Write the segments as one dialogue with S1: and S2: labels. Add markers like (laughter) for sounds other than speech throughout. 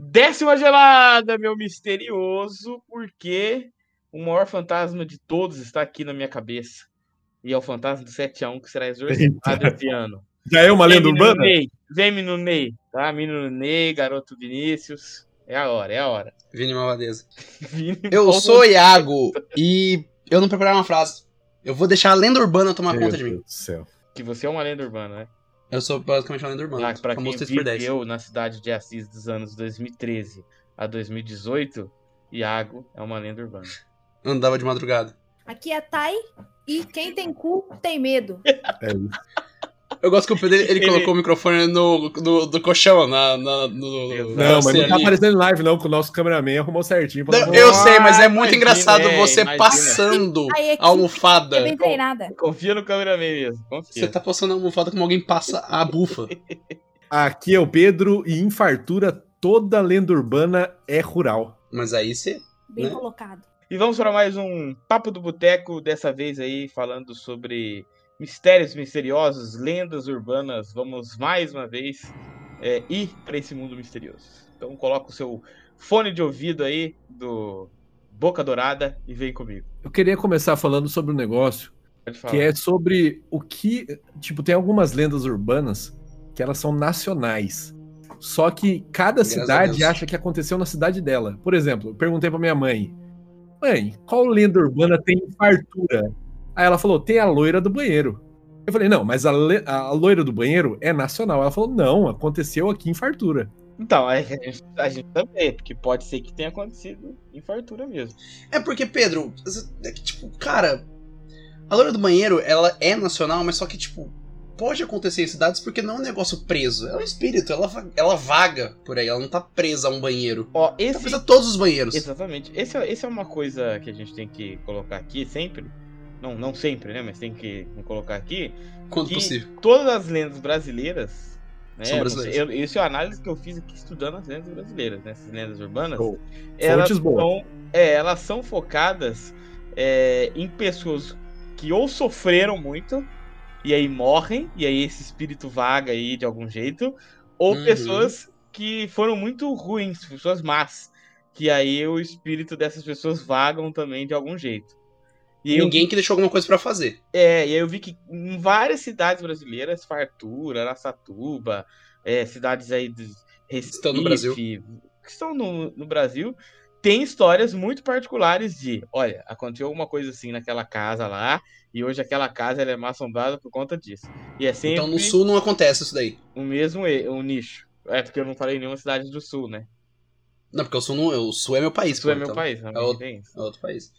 S1: Décima gelada, meu misterioso, porque o maior fantasma de todos está aqui na minha cabeça. E é o fantasma do 7x1 que será exorcizado
S2: Eita.
S1: esse ano.
S2: Já é uma
S1: Vem,
S2: lenda
S1: menino
S2: urbana?
S1: Ney, vem, menino Ney, tá? Menino Ney, garoto Vinícius. É a hora, é a hora. (laughs)
S3: Vini Malvadeza.
S1: Vini,
S3: Eu
S1: volta.
S3: sou Iago e eu não preparei uma frase. Eu vou deixar a lenda urbana tomar
S2: Meu
S3: conta de
S2: Deus
S3: mim.
S2: do céu.
S1: Que você é uma lenda urbana, né?
S3: Eu sou basicamente uma lenda urbana.
S1: Ah, pra quem
S3: famoso 3x10.
S1: viveu na cidade de Assis dos anos 2013 a 2018, Iago é uma lenda urbana.
S3: Andava de madrugada.
S4: Aqui é Thay e quem tem cu tem
S3: (laughs)
S4: medo.
S2: É isso.
S3: Eu gosto que o Pedro ele, ele
S1: Ele-
S3: colocou o microfone no, no, do colchão, na, na- no-
S1: Exato.
S3: na
S2: Não, mas não tá
S3: ali.
S2: aparecendo em live, não, que o nosso cameraman arrumou certinho. pra
S3: Não,
S2: não-
S3: eu sei, mas é
S1: Ah,
S3: muito
S1: imagina,
S3: engraçado
S1: é,
S3: você
S1: imagina.
S3: passando
S4: Aí aqui
S3: a almofada.
S4: é
S1: (laughs)
S4: bem treinada.
S1: Confia no cameraman mesmo, confia.
S3: Você tá passando a almofada como alguém passa a bufa.
S2: Aqui é o Pedro e infartura, toda lenda urbana é rural.
S3: Mas aí você.
S4: Bem
S3: Né?
S4: colocado.
S1: E vamos para mais um Papo do Boteco, dessa vez aí falando sobre mistérios misteriosos, lendas urbanas. Vamos mais uma vez é, ir para esse mundo misterioso. Então coloca o seu fone de ouvido aí do Boca Dourada e vem comigo.
S2: Eu queria começar falando sobre um negócio
S1: Pode
S3: Tá.
S1: falar.
S2: que é sobre o que. Tipo, tem algumas lendas urbanas que elas são nacionais. Só que cada
S3: Graças a
S2: cidade
S3: Deus.
S2: acha que aconteceu na cidade dela. Por exemplo, eu perguntei pra minha mãe: Mãe, qual lenda urbana tem fartura? Aí ela falou: tem a loira do banheiro. Eu falei, não, mas a, le- a loira do banheiro é nacional. Ela falou, não, aconteceu aqui em fartura.
S1: Então, a gente, a gente também, porque pode ser que tenha acontecido em fartura mesmo.
S3: É porque, Pedro, é que, tipo, cara. A loira do banheiro, ela é nacional, mas só que, tipo, pode acontecer em cidades porque não é um negócio preso. Ela é um espírito, ela, va- ela vaga por aí, ela não tá presa a um banheiro.
S1: Ó,
S3: Ela
S2: Tá
S1: esse,
S3: precisa de todos os banheiros.
S1: Exatamente. Esse, é- esse é uma coisa que a gente tem que colocar aqui sempre. Não, não sempre, né? Mas tem que colocar aqui.
S3: Quando
S1: que
S3: possível.
S1: Todas as lendas brasileiras. Né,
S3: São
S1: não
S3: brasileiras.
S1: sei, eu- isso é a análise que eu fiz aqui estudando as lendas brasileiras, né? Essas lendas urbanas.
S2: Show.
S1: Elas
S2: Fontes boas.
S1: são, é, elas são focadas é, em pessoas que ou sofreram muito e aí morrem, e aí esse espírito vaga aí de algum jeito, ou
S3: Uhum.
S1: pessoas que foram muito ruins, pessoas más, que aí o espírito dessas pessoas vagam também de algum jeito. E eu
S3: Ninguém que deixou alguma coisa pra fazer.
S1: é, e aí eu vi que em várias cidades brasileiras, Fartura, Araçatuba, é, cidades aí de Recife,
S3: Estão no Brasil.
S1: que estão no, no Brasil, tem histórias muito particulares de, olha, aconteceu alguma coisa assim naquela casa lá, e hoje aquela casa ela é mal assombrada por conta disso. E é sempre
S3: Então no sul não acontece isso daí.
S1: o mesmo e- o nicho. É porque eu não falei nenhuma cidade do sul, né?
S3: Não, porque o sul, não, o sul é meu país.
S1: Isso é
S3: pô,
S1: meu
S3: então.
S1: país, não
S3: outro-
S1: tem isso.
S3: É outro país.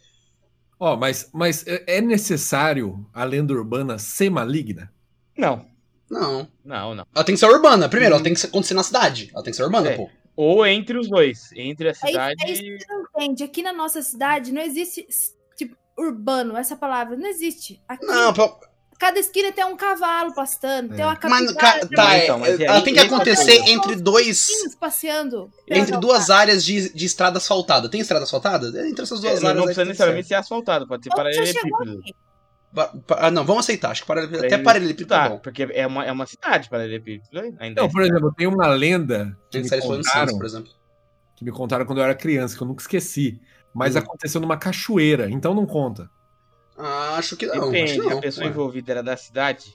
S2: Ó, mas, mas é- é necessário a lenda urbana ser maligna?
S1: Não,
S3: Não.
S1: não, não.
S3: Ela tem que ser urbana. Primeiro, ela tem que ser- acontecer na cidade. Ela tem que ser urbana,
S1: É.
S3: pô.
S1: Ou entre os dois, entre a
S4: É isso-
S1: cidade
S4: é isso que você não entende. Aqui na nossa cidade não existe tipo, urbano, essa palavra. Não existe. Aqui,
S3: Não, pô,
S4: cada esquina tem um cavalo pastando,
S2: É.
S4: tem uma
S3: Mas,
S4: capivara.
S3: ca-
S4: tem
S3: tá,
S4: umas
S3: é,
S1: Então, mas é
S3: ela
S1: aí
S3: tem que
S1: que entra
S3: acontecer
S4: tudo.
S3: entre dois.
S4: galinhas passeando. pela
S3: Entre duas áreas de, de estrada asfaltada. Tem estrada asfaltada? É, Entre essas
S1: É, não,
S3: duas áreas.
S1: não
S3: aí
S1: precisa
S3: tá tudo
S1: necessariamente ser asfaltado, pode ser tipo,
S4: Então, já chegou
S1: paralelepípedo.
S3: certo. Pa- pa- ah, não, vamos aceitar. Acho que paralel, até
S1: Paralelepípedo
S3: paralelepípedo
S1: tá
S3: tá bom.
S1: Porque é uma, é uma cidade paralelepípedo, né? ainda.
S2: Não,
S1: é.
S2: Então, por exemplo, tem uma lenda
S3: A
S2: que
S3: gente
S2: me
S3: sai falando Santos,
S2: contaram,
S3: por exemplo.
S2: que me contaram quando eu era criança, que eu nunca esqueci. Mas
S3: Hum.
S2: aconteceu numa cachoeira, então não conta.
S3: Ah, acho que não.
S1: Depende,
S3: acho que não.
S1: a pessoa
S3: Ué.
S1: envolvida era da cidade.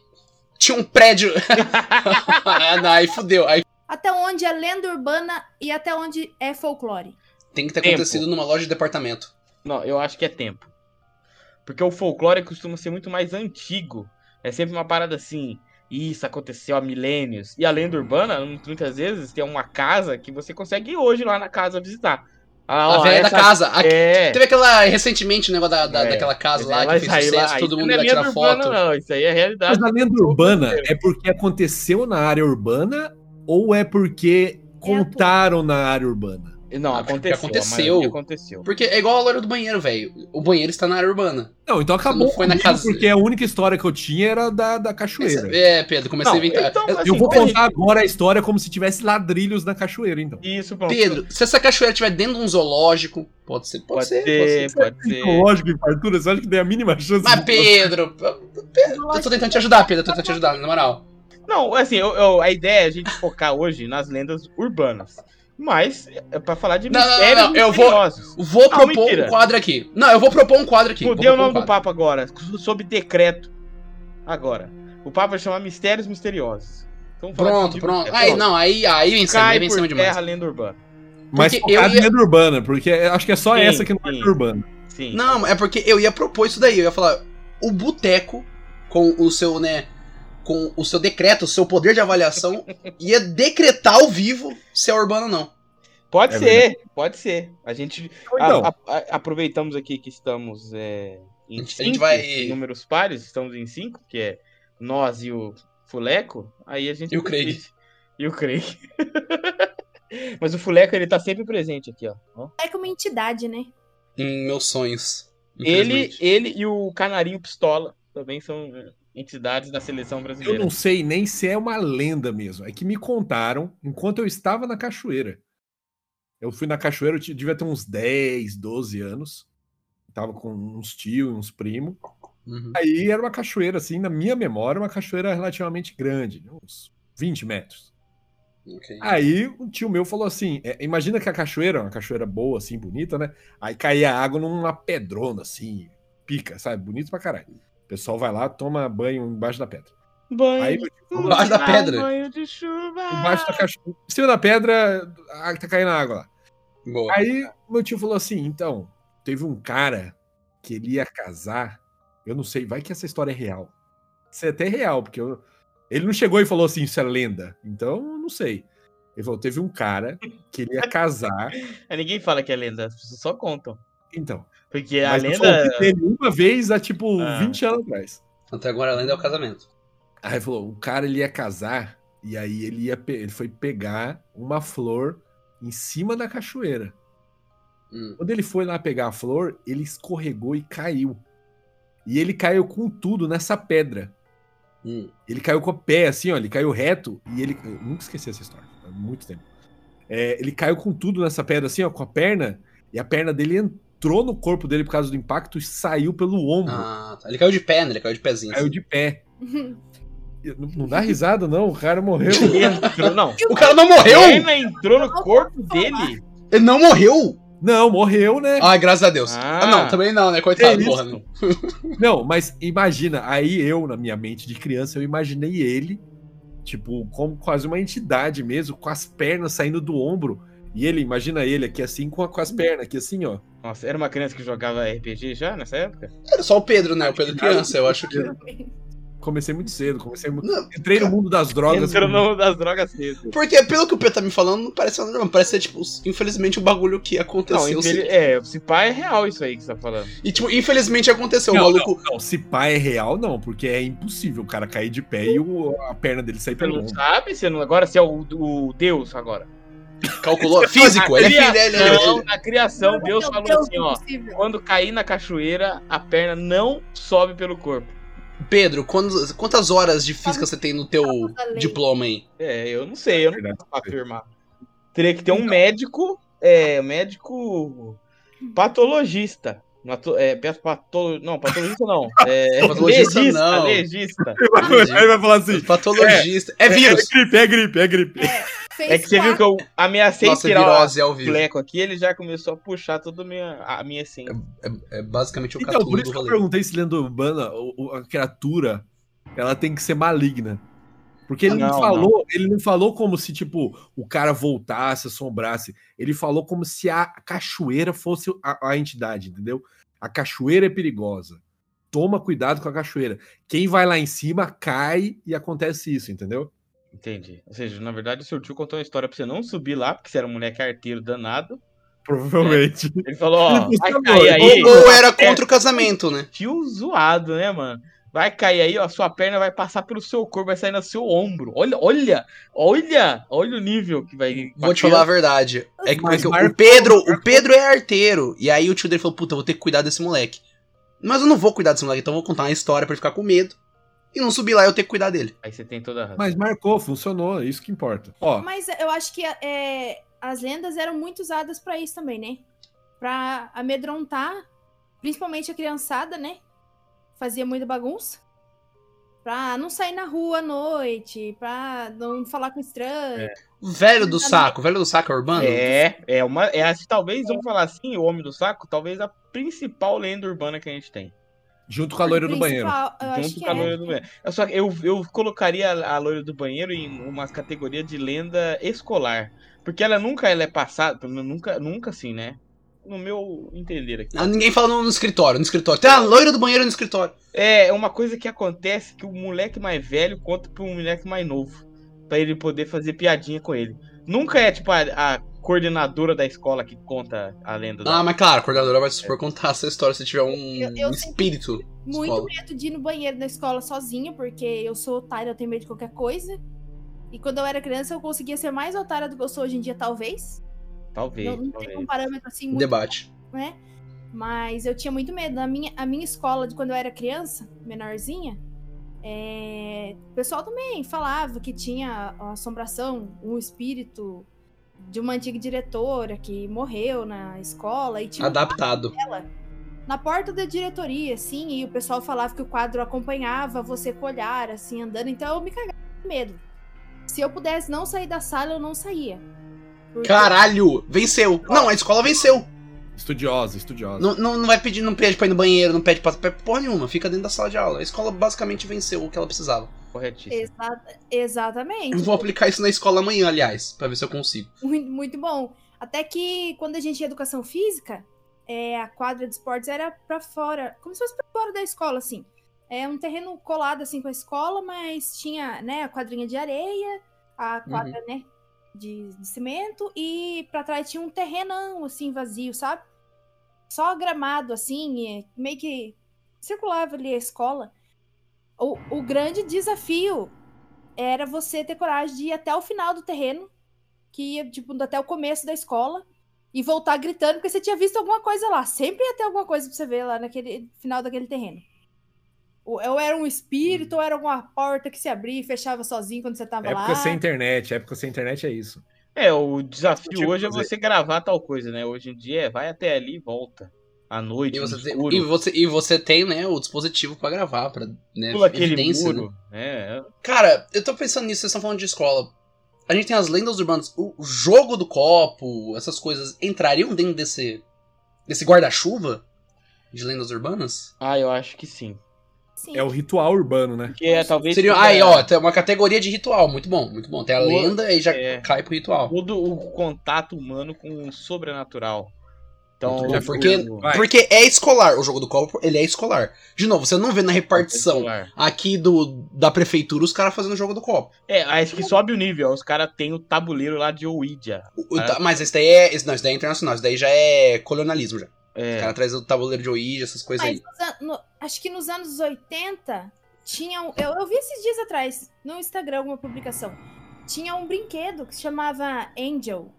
S3: Tinha um prédio.
S1: (laughs)
S3: ah, não, aí fudeu. Aí
S4: Até onde é lenda urbana e até onde é folclore.
S3: tem que ter
S1: Tempo.
S3: acontecido numa loja de departamento.
S1: Não, eu acho que é tempo. Porque o folclore costuma ser muito mais antigo. É sempre uma parada assim. Isso aconteceu há milênios. E a
S3: Uhum.
S1: lenda urbana, muitas vezes, tem uma casa que você consegue ir hoje lá na casa visitar. Ah,
S3: a
S1: ó,
S3: velha da
S1: essa-
S3: casa. A-
S1: É.
S3: Teve aquela recentemente o negócio da, da-
S1: É.
S3: daquela casa lá
S1: Ela
S3: que
S1: sai
S3: fez sucesso,
S1: lá,
S3: todo
S1: isso
S3: mundo
S1: não é
S3: vai
S1: lenda
S3: tirar
S1: urbana,
S3: foto.
S1: Não, isso aí é realidade.
S2: Mas a lenda urbana é porque aconteceu na área urbana ou é porque contaram na área urbana?
S1: Não,
S3: Ah, porque
S1: aconteceu.
S3: aconteceu.
S1: a maioria aconteceu.
S3: Porque é igual a loira do banheiro, velho. O banheiro está na área urbana.
S2: Não, então acabou
S3: Não foi na
S2: comigo,
S3: casa-
S2: porque a única história que eu tinha era da, da cachoeira.
S3: É, Pedro, comecei
S1: Não,
S3: a inventar.
S1: então, mas-
S2: Eu vou
S1: Assim,
S2: contar agora a história como se tivesse ladrilhos na cachoeira, então.
S1: Isso, pronto.
S3: Pedro, se essa cachoeira estiver dentro de um zoológico, pode ser, pode,
S1: Pode
S3: ser,
S1: ser,
S3: pode ser.
S1: pode ser.
S2: Então, Lógico, em fartura, você acha que tem a mínima chance
S3: Mas Pedro, eu tô tentando te ajudar, Pedro, eu tô tentando te ajudar, na moral.
S1: Não, assim, eu- eu- a ideia é a gente focar hoje nas lendas urbanas. Mas é pra falar de
S3: Não, não, não,
S1: mistérios
S3: não, eu vou-
S1: misteriosos.
S3: Vou
S1: Ah,
S3: propor
S1: mentira.
S3: um quadro aqui. Não, eu vou propor um quadro aqui.
S1: Mudei o
S3: Vou propor
S1: nome
S3: um
S1: do
S3: quadro.
S1: papo agora, so- sob decreto. Agora. O papo vai chamar Mistérios Misteriosos. Então, vamos falar
S3: Pronto,
S1: de
S3: pronto.
S1: mistério.
S3: Aí, não, aí, aí vencemos, aí
S1: Cai por
S3: vencemos demais.
S1: terra a lenda urbana.
S2: Mas
S3: Porque eu
S2: focado
S3: ia-
S2: em lenda urbana, porque acho que é só
S1: Sim,
S2: essa que não é
S1: sim.
S2: lenda urbana.
S1: Sim.
S3: Não, é porque eu ia propor isso daí. Eu ia falar, o boteco, com o seu, né? Com o seu decreto, o seu poder de
S1: (laughs)
S3: avaliação, ia decretar ao vivo se é urbano ou não.
S1: Pode
S2: É
S1: ser, pode ser. A gente Ah, a-
S2: Então,
S1: a- a- aproveitamos aqui que estamos é, em
S3: A gente-
S1: cinco,
S3: a gente vai-
S1: em números pares, estamos em cinco, que é nós e o Fuleco. Aí a gente
S3: E o Craig.
S1: decide. E o Craig. (laughs) Mas o Fuleco ele tá sempre presente aqui, ó. Ó.
S4: É que é uma entidade, né?
S3: Em meus sonhos.
S1: Ele,
S3: infelizmente.
S1: ele e o Canarinho Pistola também são é, entidades da seleção
S2: eu
S1: brasileira.
S2: não sei nem se é uma lenda mesmo. É que me contaram enquanto eu estava na cachoeira. Eu fui na cachoeira, eu ti- devia ter uns 10, 12 anos. Tava com uns tios e uns primos.
S3: Uhum.
S2: Aí era uma cachoeira, assim, na minha memória, uma cachoeira relativamente grande, uns 20 metros.
S3: Ok.
S1: Ah,
S2: Aí um tio meu falou assim: é, imagina que a cachoeira, uma cachoeira boa, assim, bonita, né? Aí caía água numa pedrona, assim, pica, sabe? Bonito pra caralho. O pessoal vai lá, toma banho embaixo da pedra.
S1: Banho
S2: Aí
S1: de
S2: meu
S1: chuva,
S2: tio falou,
S3: Embaixo da pedra.
S1: Banho de chuva.
S2: embaixo da cachoeira. Em cima da pedra, a água tá caindo água lá.
S3: Boa.
S2: Aí meu tio falou assim: então, teve um cara que ele ia casar. Eu não sei, vai que essa história é real. Isso é até real, porque eu- ele não chegou e falou assim: isso é lenda. Então, eu não sei. Ele falou: teve um cara que ele ia casar.
S1: Aí Ninguém fala que é lenda, as pessoas só contam.
S2: Então,
S1: Porque É a
S2: mas eu só
S1: lenda.
S2: ouvi dele uma vez há tipo
S1: Ah.
S2: 20 anos atrás.
S3: Até é agora, além do casamento.
S2: Aí falou, o cara ele ia casar e aí ele ia pe- ele foi pegar uma flor em cima da cachoeira.
S3: Hum.
S2: Quando ele foi lá pegar a flor, ele escorregou e caiu. E ele caiu com tudo nessa pedra.
S3: Hum.
S2: Ele caiu com o pé assim, ó, ele caiu reto e ele eu nunca esqueci essa história, há muito tempo. É, ele caiu com tudo nessa pedra assim, ó, com a perna e a perna dele entrou no corpo dele por causa do impacto e saiu pelo ombro.
S3: Ah, tá. Ele caiu de pé, né? Ele caiu de pezinho.
S2: Caiu de pé. Eu- Não, não dá risada, não. O cara morreu.
S1: Entrou, não.
S3: O cara não
S1: A
S3: morreu!
S1: perna entrou no corpo dele.
S3: Ele não morreu!
S2: Não, morreu, né?
S3: Ah, graças a Deus.
S1: Ah.
S3: Ah, não, também não, né? Coitado,
S2: Que
S3: porra.
S1: isso?
S3: Né?
S2: Não, mas imagina. Aí eu, na minha mente de criança, eu imaginei ele, tipo, como quase uma entidade mesmo, com as pernas saindo do ombro. E ele, imagina ele aqui assim, com, a- com as pernas aqui assim, ó.
S1: Nossa, era uma criança que jogava RPG já nessa época?
S3: Era só o Pedro, né? O Pedro criança, eu acho que.
S1: Então,
S2: Comecei muito cedo, comecei muito...
S3: Não,
S2: Entrei no mundo das drogas.
S1: Entrou
S2: com-
S1: no mundo das drogas cedo.
S3: porque pelo que o Pedro tá me falando, não parece nada normal. Parece ser, tipo, infelizmente, um bagulho que
S1: Não,
S3: aconteceu.
S1: infeliz...
S3: sim.
S1: é, se pá é real isso aí que você tá falando.
S3: E, tipo, infelizmente aconteceu.
S2: Não,
S3: o maluco.
S2: Não, se pá é real, não, porque é impossível o cara cair de pé e o- a perna dele sair
S1: Você
S2: pelo
S1: não
S2: ombro.
S1: sabe? Você não... Agora você é o, o Deus agora.
S3: Calculou. Físico, ele é filho dele. ele é-
S1: Não, na criação, Deus
S4: Meu
S1: falou
S4: Deus, é
S1: assim, ó.
S4: impossível.
S1: Quando cair na cachoeira, a perna não sobe pelo corpo.
S3: Pedro, quantas, quantas horas de física você tem no teu diploma aí?
S1: É, eu não sei, eu não
S2: Verdade.
S1: posso afirmar. Teria que ter um médico, é, médico patologista. Mato- é, peço pato- não, patologista não. É,
S3: Patologista
S1: legista,
S3: não.
S1: legista.
S2: Aí vai falar assim:
S3: Patologista. É, vírus.
S2: É gripe, é gripe, é gripe.
S4: Fez
S1: É que você viu que
S4: quatro.
S1: eu ameacei
S3: Nossa,
S1: é,
S3: é
S1: tirar o
S3: virose ao vivo.
S1: fleco aqui, ele já começou a puxar toda a minha, a minha assim. essência.
S3: É basicamente o
S2: Então, por
S3: catulo
S2: isso
S3: do
S2: que eu
S3: rolê.
S2: perguntei se lenda urbana, o- o- a criatura, ela tem que ser maligna. Porque ele não,
S1: Não,
S2: falou, ele não falou como se, tipo, o cara voltasse, assombrasse. Ele falou como se a cachoeira fosse a, a entidade, entendeu? A cachoeira é perigosa. Toma cuidado com a cachoeira. Quem vai lá em cima cai e acontece isso, entendeu?
S1: Entendi. Ou seja, na verdade, o seu tio contou uma história pra você não subir lá, porque você era um moleque arteiro danado.
S2: Provavelmente.
S1: Ele falou, ó,
S2: Ele
S1: vai
S2: buscou,
S1: cair
S2: ele
S1: aí.
S3: Ou, ou era
S2: é.
S3: contra o casamento, né?
S1: Tio zoado, né, mano? Vai cair aí, ó, sua perna vai passar pelo seu corpo, vai sair no seu ombro. Olha, olha, olha, olha o nível que vai.
S3: Vou te falar a verdade. É que
S2: Mas
S3: porque o
S2: marcou-
S3: Pedro, o Pedro é arteiro. E aí o tio dele falou: puta, eu vou ter que cuidar desse moleque. Mas eu não vou cuidar desse moleque, então eu vou contar uma história pra ele ficar com medo. E não subir lá e eu ter que cuidar dele.
S1: Aí você tem toda a razão.
S2: Mas marcou, funcionou, é isso que importa. Ó,
S4: Mas eu acho que é, as lendas eram muito usadas pra isso também, né? Pra amedrontar, principalmente a criançada, né? Fazia muita bagunça. Pra não sair na rua à noite, pra não falar com estranho.
S3: Velho do saco, velho do saco é urbano?
S1: É, é uma. É, assim, talvez, vamos falar assim, o Homem do Saco, talvez a principal lenda urbana que a gente tem.
S2: Junto com a loira do banheiro.
S4: Principal, Eu acho
S1: junto
S4: que
S1: com a
S4: é.
S1: loira do banheiro. Eu, só, eu, eu colocaria a, a loira do banheiro em uma categoria de lenda escolar. Porque ela nunca ela é passada, pelo menos nunca, nunca assim, né? No meu entender aqui.
S3: Ah, Ninguém fala no, no escritório, no escritório. Tem a loira do banheiro no escritório.
S1: É uma coisa que acontece que o moleque mais velho conta pro moleque mais novo. Pra ele poder fazer piadinha com ele. Nunca é, tipo, a, a coordenadora da escola que conta a lenda. da-
S3: Ah, mas claro, a coordenadora vai supor contar essa história se tiver um,
S4: Eu- eu
S3: um
S4: sempre-
S3: espírito.
S4: Muito
S3: Escola.
S4: medo de ir no banheiro da escola sozinha, porque eu sou otária, eu tenho medo de qualquer coisa. E quando eu era criança, eu conseguia ser mais otária do que eu sou hoje em dia, talvez.
S1: Talvez,
S4: não não tem
S1: talvez.
S4: um parâmetro assim muito
S3: Debate.
S4: né? Mas eu tinha muito medo. Na minha, a minha escola, de quando eu era criança, menorzinha, é, o pessoal também falava que tinha a assombração, um espírito de uma antiga diretora que morreu na escola e tinha um
S3: Adaptado.
S4: dela na porta da diretoria, assim, e o pessoal falava que o quadro acompanhava você com o olhar, assim, andando, então eu me cagava de medo. Se eu pudesse não sair da sala, eu não saía. Porque-
S3: Caralho, venceu. Não, a escola venceu.
S2: Estudiosa, estudiosa.
S3: Não, não, não vai pedir, não pede pra ir no banheiro, não pede pra, pra porra nenhuma. Fica dentro da sala de aula. A escola basicamente venceu o que ela precisava.
S1: Corretíssimo.
S4: Exa- exatamente.
S3: Eu vou aplicar isso na escola amanhã, aliás, pra ver se eu consigo.
S4: Muito, muito bom. Até que quando a gente tinha educação física, é, a quadra de esportes era pra fora, como se fosse pra fora da escola, assim. É um terreno colado assim com a escola, mas tinha né, a quadrinha de areia, a quadra né, de, de cimento, e pra trás tinha um terrenão assim vazio, sabe? Só gramado assim, e meio que circulava ali a escola. O, o grande desafio era você ter coragem de ir até o final do terreno que ia, tipo, até o começo da escola e voltar gritando, porque você tinha visto alguma coisa lá. Sempre ia ter alguma coisa pra você ver lá naquele final daquele terreno. Ou, ou era um espírito, ou era alguma porta que se abria e fechava sozinho quando você tava
S2: Época
S4: lá.
S2: sem internet, época sem internet é isso.
S1: É, o
S2: Eu
S1: desafio
S2: tinha que
S1: hoje é
S2: fazer.
S1: você gravar tal coisa, né? Hoje em dia é vai até ali e volta. À noite,
S3: E
S1: no
S3: você, tem,
S1: escuro,
S3: e, você, e você tem, né, o dispositivo pra gravar, pra, né,
S1: pula aquele
S3: evidência, né?
S1: muro. né? É,
S3: Cara, eu tô pensando nisso, vocês estão falando de escola. A gente tem as lendas urbanas. O o jogo do copo, essas coisas, entrariam dentro desse, desse guarda-chuva de lendas urbanas?
S1: Ah, eu acho que sim.
S4: Sim.
S2: É o ritual urbano, né?
S1: Porque é, talvez.
S3: Seria,
S1: seja
S3: aí, ó, tem uma categoria de ritual, muito bom, muito bom. Tem a
S1: Boa.
S3: lenda e já
S1: É.
S3: cai pro ritual.
S1: Todo o contato humano com o sobrenatural. Então,
S3: É porque-
S1: o-
S2: Vai.
S3: Porque é escolar, o jogo do copo, ele é escolar. De novo, você não vê na
S2: É
S3: repartição
S1: particular.
S3: aqui do da prefeitura os caras fazendo jogo do copo.
S1: É, acho que sobe o nível. ó, Os caras têm o tabuleiro lá de Ouija.
S3: O- o-
S1: É.
S3: tá- Mas esse daí é, esse, não, esse daí é internacional, esse daí já é colonialismo já.
S1: É,
S3: O cara traz o tabuleiro de Ouija, essas coisas aí.
S4: Mas nos an- no- acho que nos anos 80 tinha um, eu, eu vi esses dias atrás no Instagram uma publicação. Tinha um brinquedo que se chamava Angel.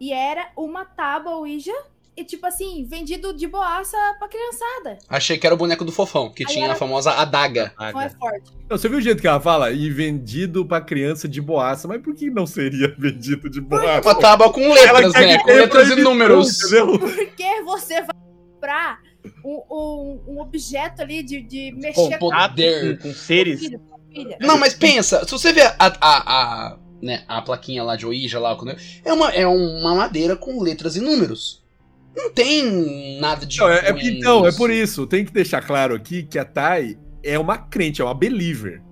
S4: E era uma tábua Ouija. E tipo assim, vendido de boaça pra criançada.
S3: Achei que era o boneco do fofão, que
S4: Aí
S3: tinha
S4: era-
S3: a famosa adaga.
S1: ah,
S4: Não é
S1: cara.
S4: forte. (laughs)
S2: Não, você viu o jeito que ela fala? E vendido pra criança de boaça. Mas por que não seria (laughs) vendido de boaça?
S3: Uma tábua com letras,
S2: quer
S3: né?
S2: que
S3: Com letras e
S2: proibição,
S3: números.
S2: entendeu?
S4: Por que você vai comprar um, um- um objeto ali de, de mexer
S3: Pô,
S4: com
S3: pô,
S1: Contato
S3: Poder.
S1: com, com seres.
S4: filho, com filha?
S3: Não, mas pensa, se você vê a, a, a, né, a plaquinha lá de Ouija, lá, quando- é uma, é uma madeira com letras e números. Não tem nada de.
S2: Não, é, é-
S3: ruim
S2: então, é
S3: nisso.
S2: por isso. Tem que deixar claro aqui que a Thay é uma crente, é uma believer.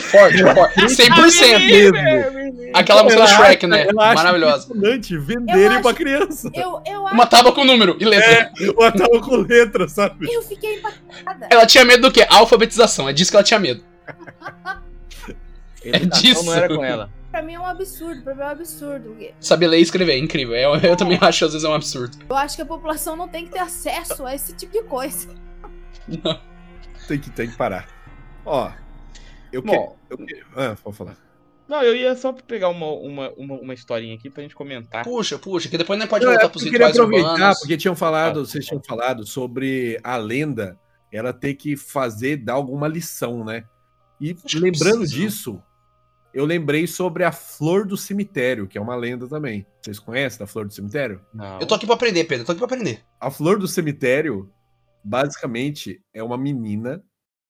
S3: Forte, forte. (laughs) 100%.
S1: Então,
S3: Aquela música do
S2: Ela
S3: Shrek, né?
S2: Ela acha
S3: Maravilhosa.
S2: impressionante venderem
S4: acho-
S2: pra criança. (laughs)
S4: Eu, eu,
S3: Uma
S4: acho,
S3: tábua com número e letra.
S2: Uma tábua com letra, sabe?
S4: eu fiquei impactada.
S3: Ela tinha medo do quê? Alfabetização. É disso que ela tinha medo. É disso.
S1: Não era com ela.
S4: Pra mim é um absurdo, pra mim é um absurdo.
S3: Saber ler e escrever, é incrível. Eu, eu também acho, às vezes, é um absurdo.
S4: Eu acho que a população não tem que ter acesso a esse tipo de coisa.
S2: Tem que, tem que parar. Ó, eu quero.
S1: Bom,
S2: eu que- Ah, pode falar.
S1: não, eu ia só pegar uma, uma, uma, uma historianinha aqui pra gente comentar.
S3: Puxa, puxa, que depois não pode
S2: Não, é
S3: voltar
S2: porque
S3: pros
S2: eu queria
S3: rituais
S2: aproveitar,
S3: urbanos. Ah.
S2: porque tinham falado, vocês tinham falado sobre a lenda, ela ter que fazer, dar alguma lição, né? E
S3: que
S2: lembrando
S3: precisa, né?
S2: disso, eu lembrei sobre a Flor do Cemitério, que é uma lenda também. Vocês conhecem da Flor do Cemitério?
S1: Não.
S3: Eu tô aqui pra aprender, Pedro. Eu tô aqui pra aprender.
S2: A Flor do Cemitério, basicamente, é uma menina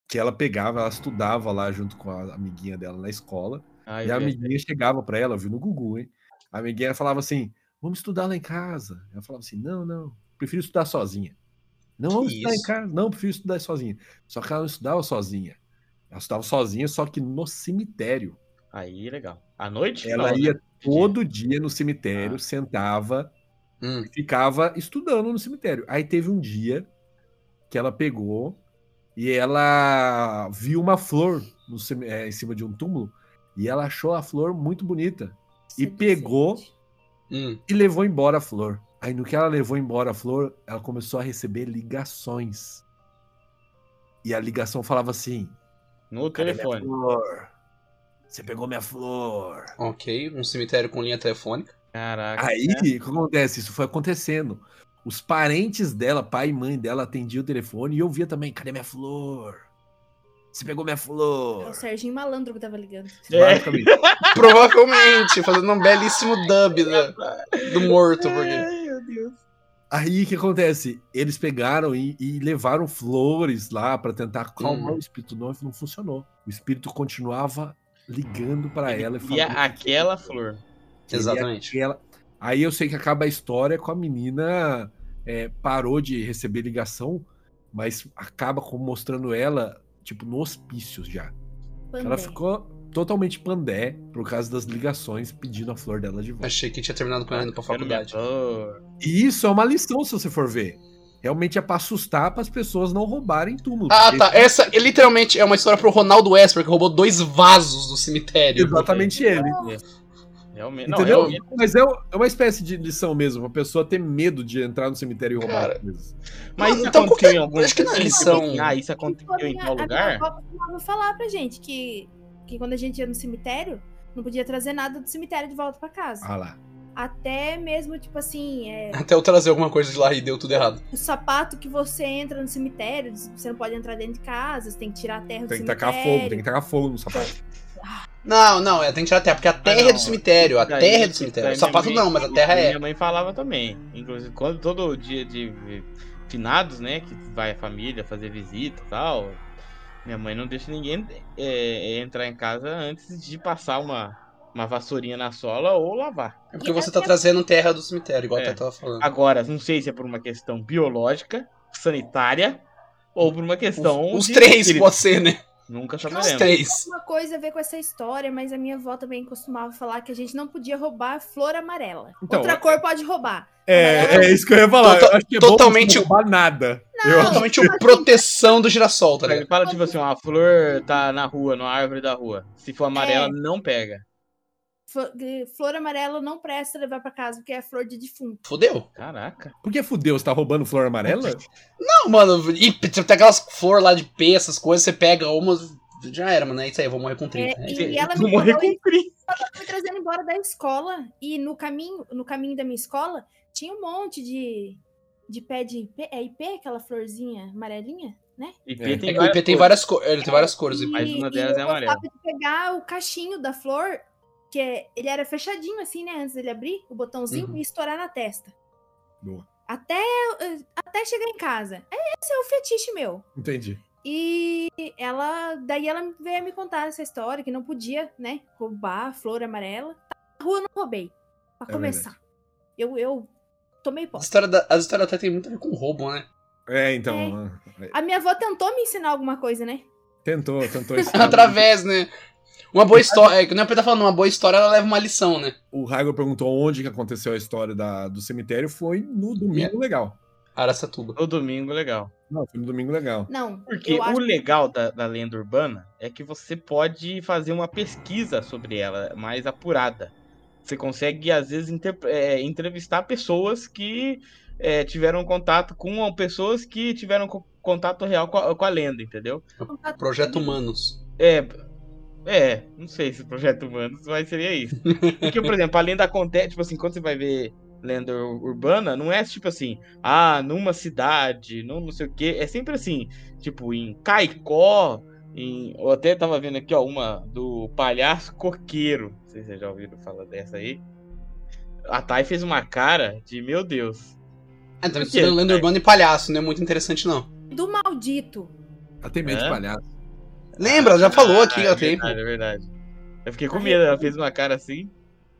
S2: que ela pegava, ela estudava lá junto com a amiguinha dela na escola,
S1: Ai, é-
S2: E a
S1: velho.
S2: amiguinha chegava pra ela, eu vi no Gugu, hein? A amiguinha falava assim: vamos estudar lá em casa. Ela falava assim: não, não, prefiro estudar sozinha. Não,
S3: Que
S2: vamos estudar em
S3: isso?
S2: casa. Não, prefiro estudar sozinha. Só que ela não estudava sozinha. Ela estudava sozinha, só que no cemitério.
S1: Aí, legal. À noite?
S2: Ela
S1: Não, né?
S2: ia todo dia no
S3: Ah.
S2: cemitério, sentava
S3: Hum.
S2: e ficava estudando no cemitério. Aí teve um dia que ela pegou e ela viu uma flor no cem- eh, em cima de um túmulo e ela achou a flor muito bonita. E
S4: É
S2: pegou.
S3: Hum.
S2: e levou embora a flor. Aí no que ela levou embora a flor, ela começou a receber ligações. E a ligação falava assim:
S1: No
S2: "Cadê minha
S1: telefone.
S2: flor? Você pegou minha flor.
S3: Ok, um cemitério com linha telefônica.
S1: Caraca.
S2: Aí, o que acontece? Isso foi acontecendo. Os parentes dela, pai e mãe dela, atendiam o telefone e eu via também: cadê minha flor? Você pegou minha
S4: É o
S2: flor.
S4: Serginho Malandro que tava ligando.
S1: É.
S2: Basicamente.
S3: (laughs) Provavelmente, fazendo um belíssimo dub da- do morto, porque.
S1: Ai, meu Deus.
S2: Aí o que acontece? Eles pegaram e, e levaram flores lá pra tentar acalmar
S3: Uhum.
S2: o espírito, não, não funcionou. O espírito continuava ligando pra ela e
S1: E
S2: falando.
S1: a- aquela flor.
S2: que queria
S3: Exatamente.
S2: que ela- Aí eu sei que acaba a história com a menina é, parou de receber ligação, mas acaba com- mostrando ela tipo no hospício já.
S4: Pandé.
S2: Ela ficou totalmente pandé por causa das ligações pedindo a flor dela de volta.
S3: Achei que tinha terminado com ela indo pra
S1: Quero minha
S3: faculdade.
S1: flor.
S2: E isso é uma lição, se você for ver. Realmente é pra assustar para as pessoas não roubarem túmulo.
S3: Ah,
S2: porque-
S3: tá. Essa é, literalmente é uma história pro Ronaldo Wesper, que roubou dois vasos do cemitério.
S2: é Exatamente ele.
S1: Realmente. Não,
S2: Entendeu?
S1: realmente.
S2: Mas é, um- é uma espécie de lição mesmo, pra pessoa ter medo de entrar no cemitério e roubar
S3: Cara,
S2: as coisas.
S1: Mas
S3: Mano,
S1: isso aconteceu
S3: então
S1: em
S3: qualquer-
S1: algum
S3: acho que não é
S1: assim, tipo
S3: lição.
S1: assim, ah, isso
S4: Tipo,
S1: aconteceu
S4: a
S1: em
S4: minha-
S1: tal
S4: A
S1: lugar?
S4: minha avó costumava falar pra gente que, que quando a gente ia no cemitério, não podia trazer nada do cemitério de volta pra casa.
S2: Ah lá.
S4: Até mesmo, tipo assim, é,
S3: Até eu trazer alguma coisa de lá e deu tudo errado.
S4: o sapato que você entra no cemitério, você não pode entrar dentro de casa, você tem que tirar a terra do
S2: Tem que
S4: cemitério.
S2: tacar fogo, tem que tacar fogo no sapato.
S3: Não, não, é, tem que tirar a terra, porque a terra é
S1: Ah, não,
S3: do cemitério. A
S1: isso daí-
S3: terra é do
S1: isso
S3: cemitério.
S1: daí
S3: O sapato
S1: minha
S3: não,
S1: mãe-
S3: mas a terra é.
S1: Minha mãe falava também. Inclusive, quando todo dia de de finados, né? Que vai a família fazer visita e tal. Minha mãe não deixa ninguém é, entrar em casa antes de passar uma, uma vassourinha na sola ou lavar.
S3: É porque você tá trazendo terra do cemitério, igual
S1: É.
S3: a Tata tava falando.
S1: Agora, não sei se é por uma questão biológica, sanitária, ou por uma questão.
S3: Os
S1: de
S3: três,
S1: espírito.
S3: pode ser, né?
S1: Nunca
S3: Os
S1: saberemos.
S3: três.
S4: Uma coisa a ver com essa história, mas a minha avó também costumava falar que a gente não podia roubar flor amarela.
S2: Então,
S4: Outra
S2: é-
S4: cor pode roubar.
S2: É, é isso que eu ia falar.
S3: Tota-
S2: eu acho que é bom pra você
S3: totalmente-
S2: não roubar nada. Eu acho-
S3: É Totalmente o proteção do girassol, tá
S1: Ele
S3: ligado?
S1: fala tipo assim, ó, a flor tá na rua, na árvore da rua. Se for amarela, não pega.
S4: Fo- de- Flor amarela não presta levar pra casa, porque é flor de defunto.
S3: Fudeu.
S1: Caraca.
S2: Por que fudeu? Você tá roubando flor amarela?
S3: Não, mano, e tem aquelas flores lá de pé, essas coisas, você pega uma. Já era, mano. É isso aí, eu vou morrer com 30.
S4: É,
S3: né?
S4: E ela me
S1: Vou morrer
S4: falou
S1: com
S4: isso.
S1: frio.
S4: Fui trazendo embora da escola e no caminho, no caminho da minha escola, tinha um monte de, de pé de IP, é IP, aquela florzinha amarelinha, né?
S1: IP
S2: É.
S1: tem
S3: É que o IP tem
S1: várias
S3: várias cores. Ele tem várias cores.
S4: E-
S3: IP.
S1: Mas uma delas
S4: e
S1: é
S4: eu
S1: amarela.
S4: gostava de pegar o cachinho da flor, que é- ele era fechadinho assim, né? Antes dele abrir o botãozinho
S3: Uhum.
S4: e estourar na testa.
S2: Boa.
S4: Até, eu- até chegar em casa. É, Esse é o fetiche meu.
S2: Entendi.
S4: E ela, daí ela veio me contar essa história que não podia, né, roubar a flor amarela. Na rua eu não roubei. Pra
S2: É
S4: começar. Eu, eu tomei
S3: A
S4: posse.
S3: história da, as histórias até tem muito a ver com roubo, né?
S2: É, então. é,
S4: A minha avó tentou me ensinar alguma coisa, né?
S2: Tentou, tentou
S3: (laughs)
S2: isso.
S3: (laughs) Através, né? Uma boa história. É que nem o Pedro tá falando, uma boa história ela leva uma lição, né?
S2: O Raigo perguntou onde que aconteceu a história da- do cemitério. Foi no domingo
S3: Yeah.
S2: legal.
S3: Aracatuba.
S1: No domingo, legal.
S2: Não, foi no domingo legal.
S4: Não.
S1: Porque
S4: eu
S1: o
S4: acho-
S1: legal da, da lenda urbana é que você pode fazer uma pesquisa sobre ela mais apurada. Você consegue, às vezes, inter- é, entrevistar pessoas que é, tiveram contato com pessoas que tiveram co- contato real com a, com a lenda, entendeu?
S4: é um
S3: Projeto Humanos.
S1: É. É, não sei se projeto humanos, mas seria isso. Porque, por exemplo, a lenda acontece, tipo assim, quando você vai ver lenda ur- urbana, não é tipo assim, ah, numa cidade, não, não sei o quê. É sempre assim, tipo, em Caicó, em. Eu até tava vendo aqui, ó, uma do palhaço coqueiro. Não sei se vocês já ouviram falar dessa aí. A Thay fez uma cara de, meu Deus.
S3: Ah, tá
S1: Por quê?
S3: estudando lenda urbana e palhaço, não é muito interessante, não.
S4: Do maldito.
S2: Ela tem medo
S1: É?
S2: de palhaço.
S3: Lembra, ela já falou aqui,
S1: Ah,
S3: ó,
S1: é
S3: tem.
S1: verdade, é verdade. Eu fiquei com medo, ela fez uma cara assim.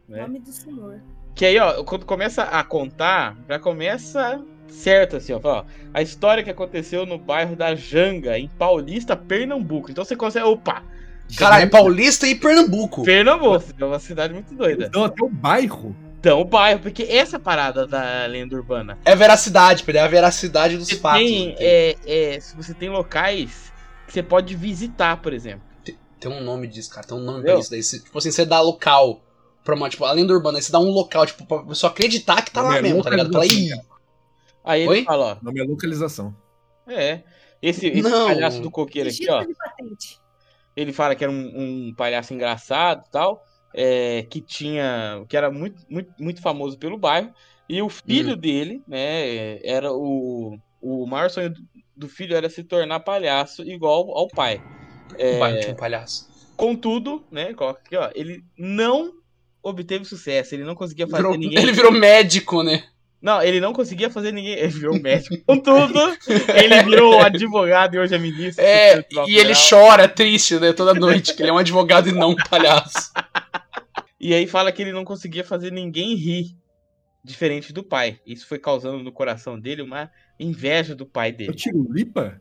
S3: É.
S1: né?
S4: Nome do senhor.
S1: Que aí, ó, quando começa a contar, já começa certo, assim, ó. Fala, ó, a história que aconteceu no bairro da Janga, em Paulista, Pernambuco. Então você consegue. Opa!
S3: Caralho, é Paulista e Pernambuco.
S1: Pernambuco, é uma cidade muito doida.
S2: Então, até o bairro.
S1: Então, o bairro, porque essa parada da lenda urbana.
S3: É veracidade, Pedro. É a veracidade dos
S1: Você
S3: fatos.
S1: tem,
S3: né?
S1: é, é, se você tem locais que você pode visitar, por exemplo.
S3: Tem um nome disso, cara. Tem um nome pra
S1: Entendeu?
S3: isso. Daí, você- tipo assim, você dá local pra uma, tipo, a lenda urbana, aí você dá um local, tipo, pra pessoa acreditar que tá lá
S2: Não, é
S3: mesmo, tá
S2: louca
S3: ligado? Fala,
S2: assim,
S3: ih,
S1: Aí ele
S3: Oi?
S1: fala,
S2: O nome é localização.
S1: ó, é. Esse, esse
S3: Não.
S1: palhaço do coqueiro aqui, ó.
S4: Registro de patente.
S1: ele fala que era um, um palhaço engraçado e tal, é, que tinha, que era muito, muito, muito famoso pelo bairro, e o filho
S3: Hum.
S1: dele, né, era o, o maior sonho do- do filho era se tornar palhaço igual ao pai. É,
S3: um pai, tinha um palhaço.
S1: Contudo, né, coloca aqui, ó, ele não obteve sucesso, ele não conseguia fazer
S3: Virou-
S1: ninguém.
S3: (laughs) Ele virou médico, né?
S1: Não, ele não conseguia fazer ninguém. Ele virou médico. Contudo, ele
S3: (laughs)
S1: virou advogado e hoje é ministro. do (laughs)
S3: É,
S1: Tribunal
S3: e ele
S1: Federal.
S3: chora triste, né, toda noite, que ele é um advogado e não um palhaço.
S1: E aí fala que ele não conseguia fazer ninguém rir, diferente do pai. Isso foi causando no coração dele uma inveja do pai
S2: Eu
S1: dele.
S2: tiro lipa?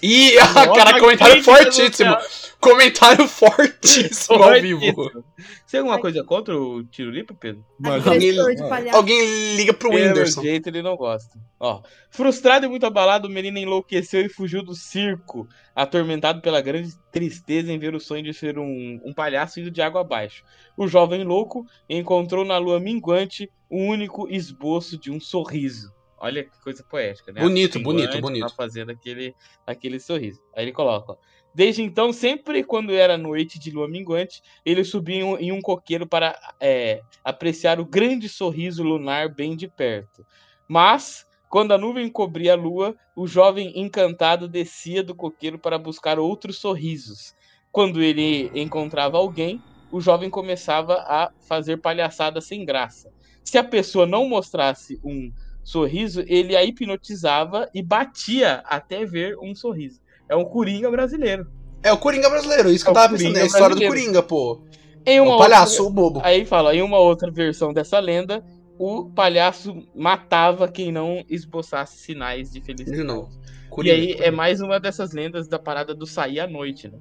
S3: Ih, (laughs) cara,
S1: (laughs) Nossa,
S3: comentário
S1: crítica
S3: fortíssimo.
S1: social.
S3: Comentário (laughs) fortíssimo ao vivo.
S1: Fortíssimo. Você tem alguma coisa contra o Tirolipa, Pedro?
S4: Agressor
S2: ele-
S4: de palhaço.
S3: Alguém liga pro
S1: Pelo
S3: Whindersson.
S1: jeito ele não gosta. Ó, frustrado e muito abalado, o menino enlouqueceu e fugiu do circo, atormentado pela grande tristeza em ver o sonho de ser um, um palhaço indo de água abaixo. O jovem louco encontrou na lua minguante o único esboço de um sorriso. Olha que coisa poética, né? A
S3: Bonito,
S1: lua minguante
S3: bonito, bonito.
S1: Tá fazendo aquele, aquele sorriso. Aí ele coloca, ó. Desde então, sempre quando era noite de lua minguante, ele subia em um, em um coqueiro para é, apreciar o grande sorriso lunar bem de perto. Mas, quando a nuvem cobria a lua, o jovem encantado descia do coqueiro para buscar outros sorrisos. Quando ele encontrava alguém, o jovem começava a fazer palhaçada sem graça. Se a pessoa não mostrasse um sorriso, ele a hipnotizava e batia até ver um sorriso. É um coringa brasileiro.
S3: É o Coringa brasileiro, isso que
S1: É o
S3: eu tava pensando, é a
S1: Coringa
S3: história do
S1: brasileiro.
S3: Coringa, pô.
S1: Em
S3: É
S1: uma
S3: o
S1: outra-
S3: palhaço, o bobo.
S1: Aí fala, em uma outra versão dessa lenda, o palhaço matava quem não esboçasse sinais de felicidade.
S3: De novo.
S1: E
S3: Coringa,
S1: aí
S3: Coringa.
S1: é mais uma dessas lendas da parada do sair à noite, né?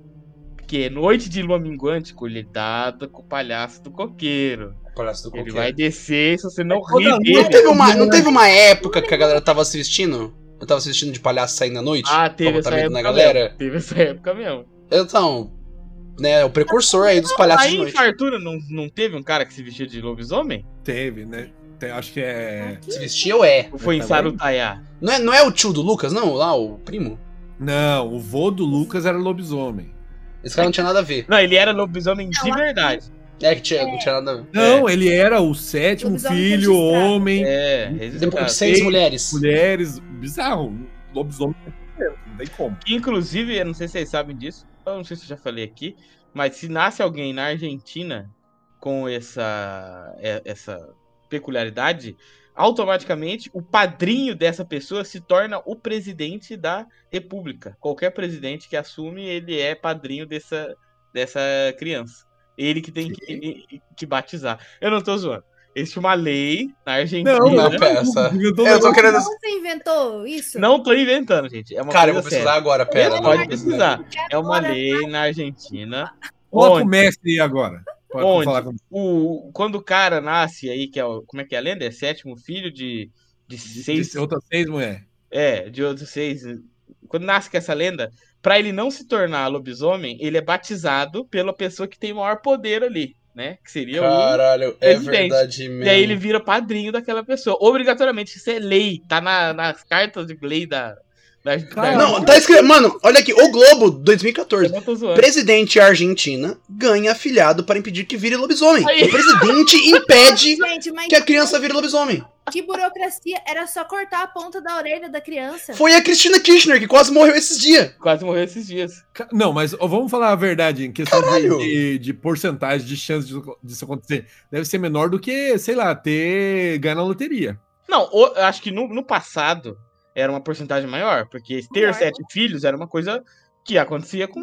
S1: Porque noite de lua minguante, cuidado com o palhaço do coqueiro.
S3: O palhaço do
S1: Ele
S3: coqueiro.
S1: vai descer se você não
S2: É toda
S1: rir
S2: noite.
S3: Não
S1: dele.
S3: teve, uma, não teve uma época que a galera tava assistindo? Eu tava assistindo de palhaço saindo à noite?
S1: Ah, teve essa
S3: comportamento
S1: época
S3: da galera.
S1: mesmo. Teve essa época mesmo.
S3: Então, né, o precursor aí dos palhaços
S1: Ah, Aí
S3: de
S1: em
S3: noite.
S1: Fartura não, não teve um cara que se vestia de lobisomem?
S2: Teve, né? Tem- acho que é.
S4: Aqui,
S3: Se vestia ou é?
S1: Ou foi em
S2: Tá bem.
S1: Sarutaiá?
S3: Não, é? não é o tio do Lucas, não? Lá, o primo?
S2: Não, o vô do Lucas era lobisomem.
S3: Esse cara não tinha nada a ver.
S1: Não, ele era lobisomem de
S4: aqui-
S1: verdade.
S3: É, que tinha, não tinha nada a ver.
S2: Não, ele era o sétimo
S4: Lobisomem
S2: filho,
S4: registrado.
S2: homem,
S1: É,
S3: Depois
S1: registrado.
S3: de seis
S2: Ei,
S3: mulheres.
S2: mulheres. Bizarro. um Lobisomem. é Não tem como.
S1: Que, Inclusive, eu não sei se vocês sabem disso, eu não sei se eu já falei aqui, mas se nasce alguém na Argentina com essa, é- essa peculiaridade, automaticamente o padrinho dessa pessoa se torna o presidente da república. Qualquer presidente que assume, ele é padrinho dessa, dessa criança. Ele que tem que, que batizar. Eu não tô zoando. Existe uma lei na Argentina.
S2: Não,
S3: Não,
S2: não,
S1: Não,
S3: pera, essa-
S2: Eu tô,
S3: Eu tô querendo-
S4: Você inventou isso?
S1: tô inventando, gente. É uma
S3: Cara, eu
S1: coisa
S3: vou
S1: séria.
S3: pesquisar agora, pera.
S1: Pera,
S4: não
S1: pode
S4: é
S1: pesquisar.
S4: Porque
S1: É uma
S4: agora-
S1: lei na Argentina.
S2: Coloca o
S1: Onde?
S2: mestre aí agora. Pode
S1: Onde?
S2: falar com
S1: O, quando o cara nasce aí, que é o, como é que é a lenda? É sétimo filho de, de seis.
S2: Seis... Outras seis mulheres.
S1: É, de outros seis. Quando nasce com essa lenda, pra ele não se tornar lobisomem, ele é batizado pela pessoa que tem maior poder ali, né? Que seria o.
S3: Caralho, é
S1: Evidente.
S3: verdade
S1: E aí ele
S3: mesmo.
S1: vira padrinho daquela pessoa. Obrigatoriamente, isso é lei. Tá na- nas cartas de lei da. da, da
S2: Cara,
S3: Não, tá escrito. Mano, olha aqui, o Globo 2014.
S1: eu não tô zoando.
S3: Presidente Argentina ganha afilhado para impedir que vire lobisomem.
S1: Aí. (laughs)
S3: O presidente impede
S4: Gente, mas
S3: que a criança vire lobisomem.
S4: que burocracia? Era só cortar a ponta da orelha da criança.
S3: Foi a Cristina Kirchner que quase morreu esses dias.
S1: Quase morreu esses dias.
S2: Ca- Não, mas ó, vamos falar a verdade em questão
S3: Caralho!
S2: de, de, de porcentagem de chance de- disso acontecer. Deve ser menor do que, sei lá, ter ganho na loteria.
S1: Não, o- eu acho que no, no passado era uma porcentagem maior, porque ter
S4: Maior.
S1: sete filhos era uma coisa Que acontecia com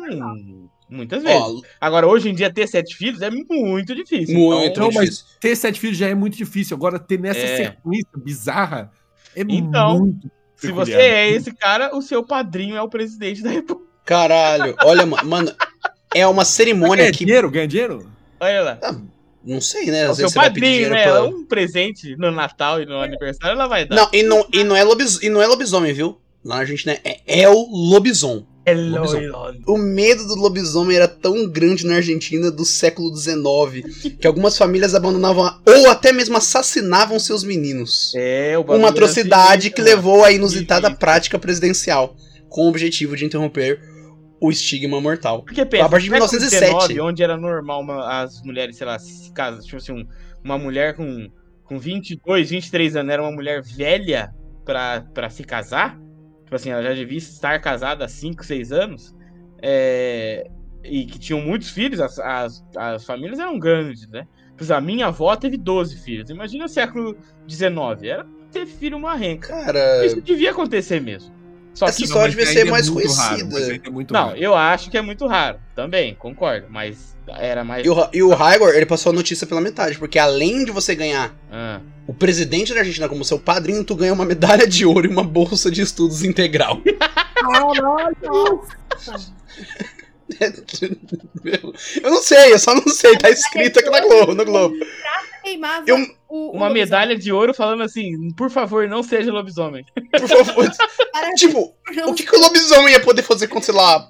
S1: muitas vezes.
S3: Ó,
S1: Agora, hoje em dia, ter sete filhos é muito difícil.
S3: muito
S1: Então,
S2: Então, mas-
S3: difícil.
S2: Ter sete filhos já é muito difícil. Agora, ter nessa
S1: É.
S2: sequência bizarra é
S1: Então,
S2: muito.
S1: se
S2: peculiar.
S1: você é esse cara, o seu padrinho é o presidente da república.
S3: Caralho, olha, ma- mano, é uma
S2: Mas
S3: cerimônia
S2: ganha
S3: que. Ah,
S2: dinheiro, ganha dinheiro?
S1: Olha lá.
S3: Não sei, né?
S1: É o
S3: Às
S1: seu
S3: vezes você vai pedir
S1: padrinho,
S3: dinheiro
S1: né?
S3: pra.
S1: Um presente no Natal e no aniversário, ela vai dar.
S3: Não, e não, e não é lobis, e não é lobisomem, viu? Lá na Argentina é, é o lobisomem.
S1: É
S3: Lobisomem.
S1: lógico.
S3: O medo do lobisomem era tão grande na Argentina do século XIX que algumas famílias abandonavam a- ou até mesmo assassinavam seus meninos.
S1: É, o bagulho
S3: Uma
S1: era
S3: atrocidade
S1: sinistro,
S3: que
S1: mano.
S3: levou à inusitada
S1: Difícil.
S3: prática presidencial, com o objetivo de interromper o estigma mortal.
S1: Porque pensa,
S3: A partir de
S1: no século
S3: 1917.
S1: XIX, onde era normal uma- as mulheres, sei lá, se casam, tipo assim, um- uma mulher com, com 22, 23 anos era uma mulher velha pra, pra se casar, tipo assim, ela já devia estar casada há 5, 6 anos, é, e que tinham muitos filhos, as, as, as famílias eram grandes, né? Tipo assim, A minha avó teve 12 filhos, imagina o século XIX, era ter filho uma renca.
S3: Cara,
S1: Isso devia acontecer mesmo. Só
S3: Essa
S1: que
S3: história
S2: mas
S3: devia
S2: ainda
S3: ser mais
S2: muito raro,
S3: conhecida.
S2: mas ainda é muito
S1: Não,
S2: raro.
S1: eu acho que é muito raro. Também, concordo. Mas era mais.
S3: e o, e o Haigor, ele passou a notícia pela metade, porque além de você ganhar
S1: Ah.
S3: o presidente da Argentina como seu padrinho, tu ganha uma medalha de ouro e uma bolsa de estudos integral. (laughs) Eu não sei, eu só não sei, tá escrito aqui na Globo, no Globo. um-
S4: Queimava
S3: Eu-
S4: o, o
S1: Uma
S4: lobisomem.
S1: medalha de ouro falando assim: por favor, não seja lobisomem.
S3: Por favor.
S4: Para-
S3: Tipo, o que, que o lobisomem ia poder fazer com, sei lá,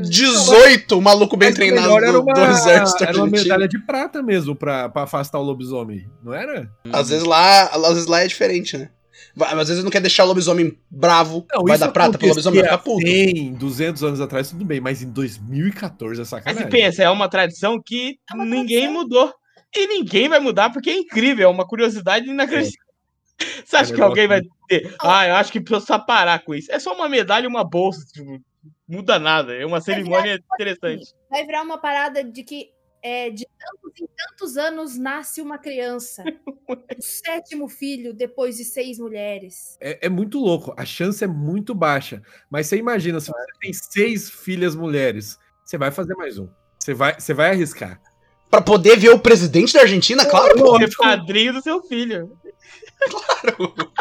S3: 18 maluco bem
S2: Mas o
S3: treinado
S2: melhor era
S3: é do,
S2: uma,
S3: do exército
S2: era uma
S3: argentino?
S2: medalha de prata mesmo pra, pra afastar o lobisomem, não era?
S3: Às vezes lá, às vezes lá é diferente, né? Vai- Às vezes não quer deixar o lobisomem bravo,
S2: Não,
S3: vai
S2: isso
S3: dar prata pro lobisomem vai ficar puto.
S2: Tem 200 anos atrás, tudo bem, mas em 2014 é
S1: Mas
S2: sacanagem.
S1: se pensa, é uma tradição que
S4: É uma
S1: ninguém
S4: tradição.
S1: mudou. E ninguém vai mudar porque é incrível, é uma curiosidade inacreditável. (laughs) Você acha
S2: É um
S1: que alguém vai
S2: negócio
S1: ter? Ah, eu acho que precisa parar com isso. É só uma medalha e uma bolsa. Tipo, muda nada. É uma cerimônia interessante.
S4: Vai virar uma parada de que é, de tantos em tantos anos nasce
S3: (laughs)
S4: uma criança. o sétimo filho depois de seis mulheres.
S2: É, é muito louco, a chance é muito baixa. Mas você imagina, se você tem seis filhas mulheres, você vai fazer mais um. Você vai, você vai arriscar.
S3: Pra poder ver o presidente da Argentina, claro, pô.
S1: Você é padrinho do seu filho.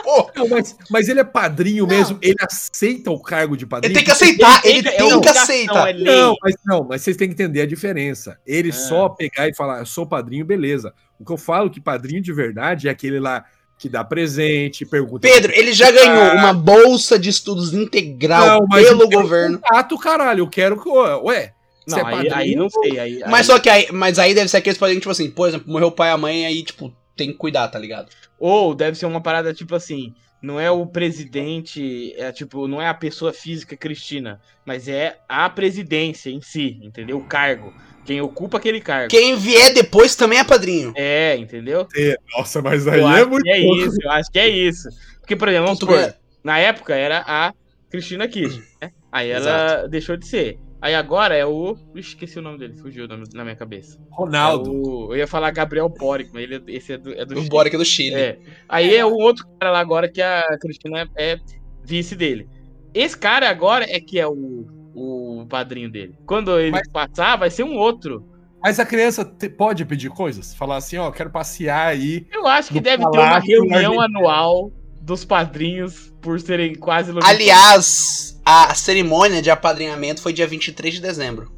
S3: pô.
S2: Não, mas, mas ele é padrinho
S4: Não.
S2: mesmo, ele aceita o cargo de padrinho.
S3: Ele tem que aceitar, ele
S1: É
S3: tem que
S1: obrigação, é
S3: aceitar.
S1: lei.
S2: um Não, mas não, mas vocês têm que entender a diferença. Ele
S1: Ah.
S2: só pegar e falar, eu sou padrinho, beleza. O que eu falo que padrinho de verdade é aquele lá que dá presente, pergunta.
S3: Pedro, ele já ganhou uma bolsa de estudos integral
S2: Não, mas eu
S3: pelo
S2: quero
S3: governo.
S2: Contato, caralho, eu quero. que- Ué,
S1: Não,
S2: você é
S1: aí,
S2: padrinho.
S1: aí não sei. Aí,
S3: Mas
S1: aí-
S3: só que aí, mas aí deve ser aqueles parentes, tipo assim, por exemplo, morreu o pai e a mãe, aí, tipo, tem que cuidar, tá ligado?
S1: Ou deve ser uma parada tipo assim, não é o presidente, é tipo, não é a pessoa física Cristina, mas é a presidência em si, entendeu? O cargo, quem ocupa aquele cargo.
S3: Quem vier depois também é padrinho.
S1: É, entendeu?
S2: Nossa, mas aí
S1: eu
S2: é
S1: acho
S2: muito.
S1: que é
S2: pouco.
S1: isso, eu acho que é isso. Porque, por exemplo, vamos
S3: Tu
S1: supor,
S3: ganha-
S1: na época era a Cristina Kirchner, né? Aí ela deixou de ser. Aí agora é o. Ixi, esqueci o nome dele, fugiu o nome na minha cabeça. É
S2: Ronaldo.
S1: o- Eu ia falar Gabriel Boric, mas ele, esse é do, é do
S3: O
S1: Chile.
S3: Boric é do Chile.
S1: É. Aí é o outro cara lá agora que a Cristina é, é vice dele. Esse cara agora é que é o, o padrinho dele. Quando ele passar, vai ser um outro.
S2: Mas a criança te- pode pedir coisas? Falar assim, ó, quero passear aí.
S1: Eu acho que
S2: Do
S1: deve ter uma
S2: Palácio
S1: reunião
S3: é.
S2: Argentino.
S1: anual dos padrinhos por serem quase lobisomens.
S3: Aliás, a cerimônia de apadrinhamento foi dia 23 de dezembro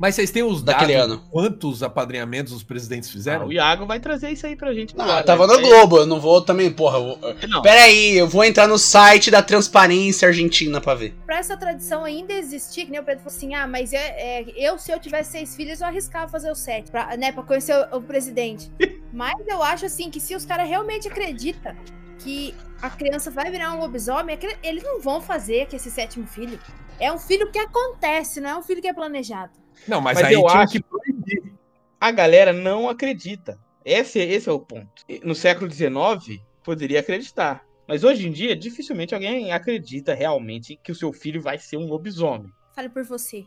S2: Mas vocês têm os dados
S3: daquele
S2: de
S3: ano.
S2: quantos apadrinhamentos os presidentes
S1: Ah,
S2: fizeram?
S1: o Iago vai trazer isso aí pra gente.
S3: Não,
S1: agora,
S3: eu Ah, tava
S1: né?
S3: no Globo, eu não vou também, porra. eu vou-
S1: Não,
S3: Pera aí, eu vou entrar no site da Transparência Argentina pra ver.
S4: Pra essa tradição ainda existir, que nem o Pedro falou assim: ah, mas é- é, eu, se eu tivesse seis filhos, eu arriscava fazer o sete, pra, né, pra conhecer o,
S2: (laughs)
S4: o presidente. mas eu acho assim que se os caras realmente acreditam que a criança vai virar um lobisomem, aquele- eles não vão fazer que esse sétimo filho. É um filho que acontece, não é um filho que é planejado.
S2: Não, mas,
S1: Mas
S2: aí
S1: eu
S2: tinha
S1: acho-
S2: que proibir.
S1: a galera não acredita. Esse, esse é o ponto. No século XIX, poderia acreditar. Mas hoje em dia, dificilmente alguém acredita realmente que o seu filho vai ser um lobisomem.
S4: Fale por você.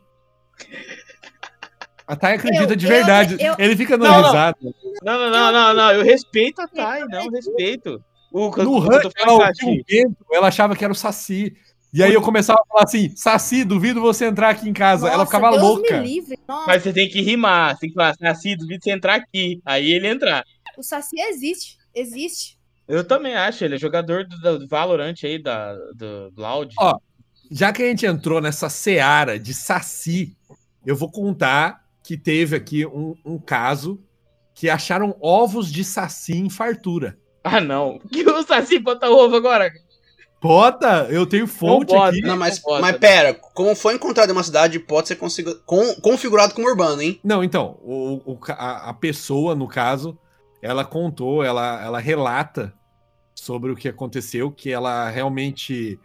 S2: A Thay Tá, acredita
S4: Eu-
S2: de
S4: eu-
S2: verdade.
S4: eu-
S2: Ele fica dando
S1: Não, não.
S2: risada.
S1: Não, não, não, não, não. Eu respeito a Thay, não, eu respeito. O,
S2: No
S1: o-
S2: rancho,
S1: eu tô assim. falando
S2: ela,
S1: pra ti.
S2: ouviu o vento, ela achava que era o Saci. E aí eu começava a falar assim, Saci, duvido você entrar aqui em casa. Ela ficava
S4: Deus
S2: louca.
S4: Me livre. Nossa,
S1: Mas você tem que rimar, você tem que falar, Saci, duvido você entrar aqui. Aí ele entrar.
S4: o Saci existe. Existe.
S1: Eu também acho, ele é jogador do, do Valorant aí, da, do Loud.
S2: Ó, Já que a gente entrou nessa seara de Saci, eu vou contar que teve aqui um, um caso que acharam ovos de Saci em fartura.
S1: Ah, não. (laughs) Que o Saci bota ovo agora?
S2: Bota, eu tenho fonte
S1: bota,
S2: aqui.
S1: né?
S3: Não, mas,
S1: Não pode,
S3: mas
S1: né?
S3: pera, como foi encontrado em uma cidade, pode ser consigo- con- configurado como urbano, hein?
S2: Não, então, o, o ca- a, a pessoa, no caso, ela contou, ela, ela relata sobre o que aconteceu, que ela realmente.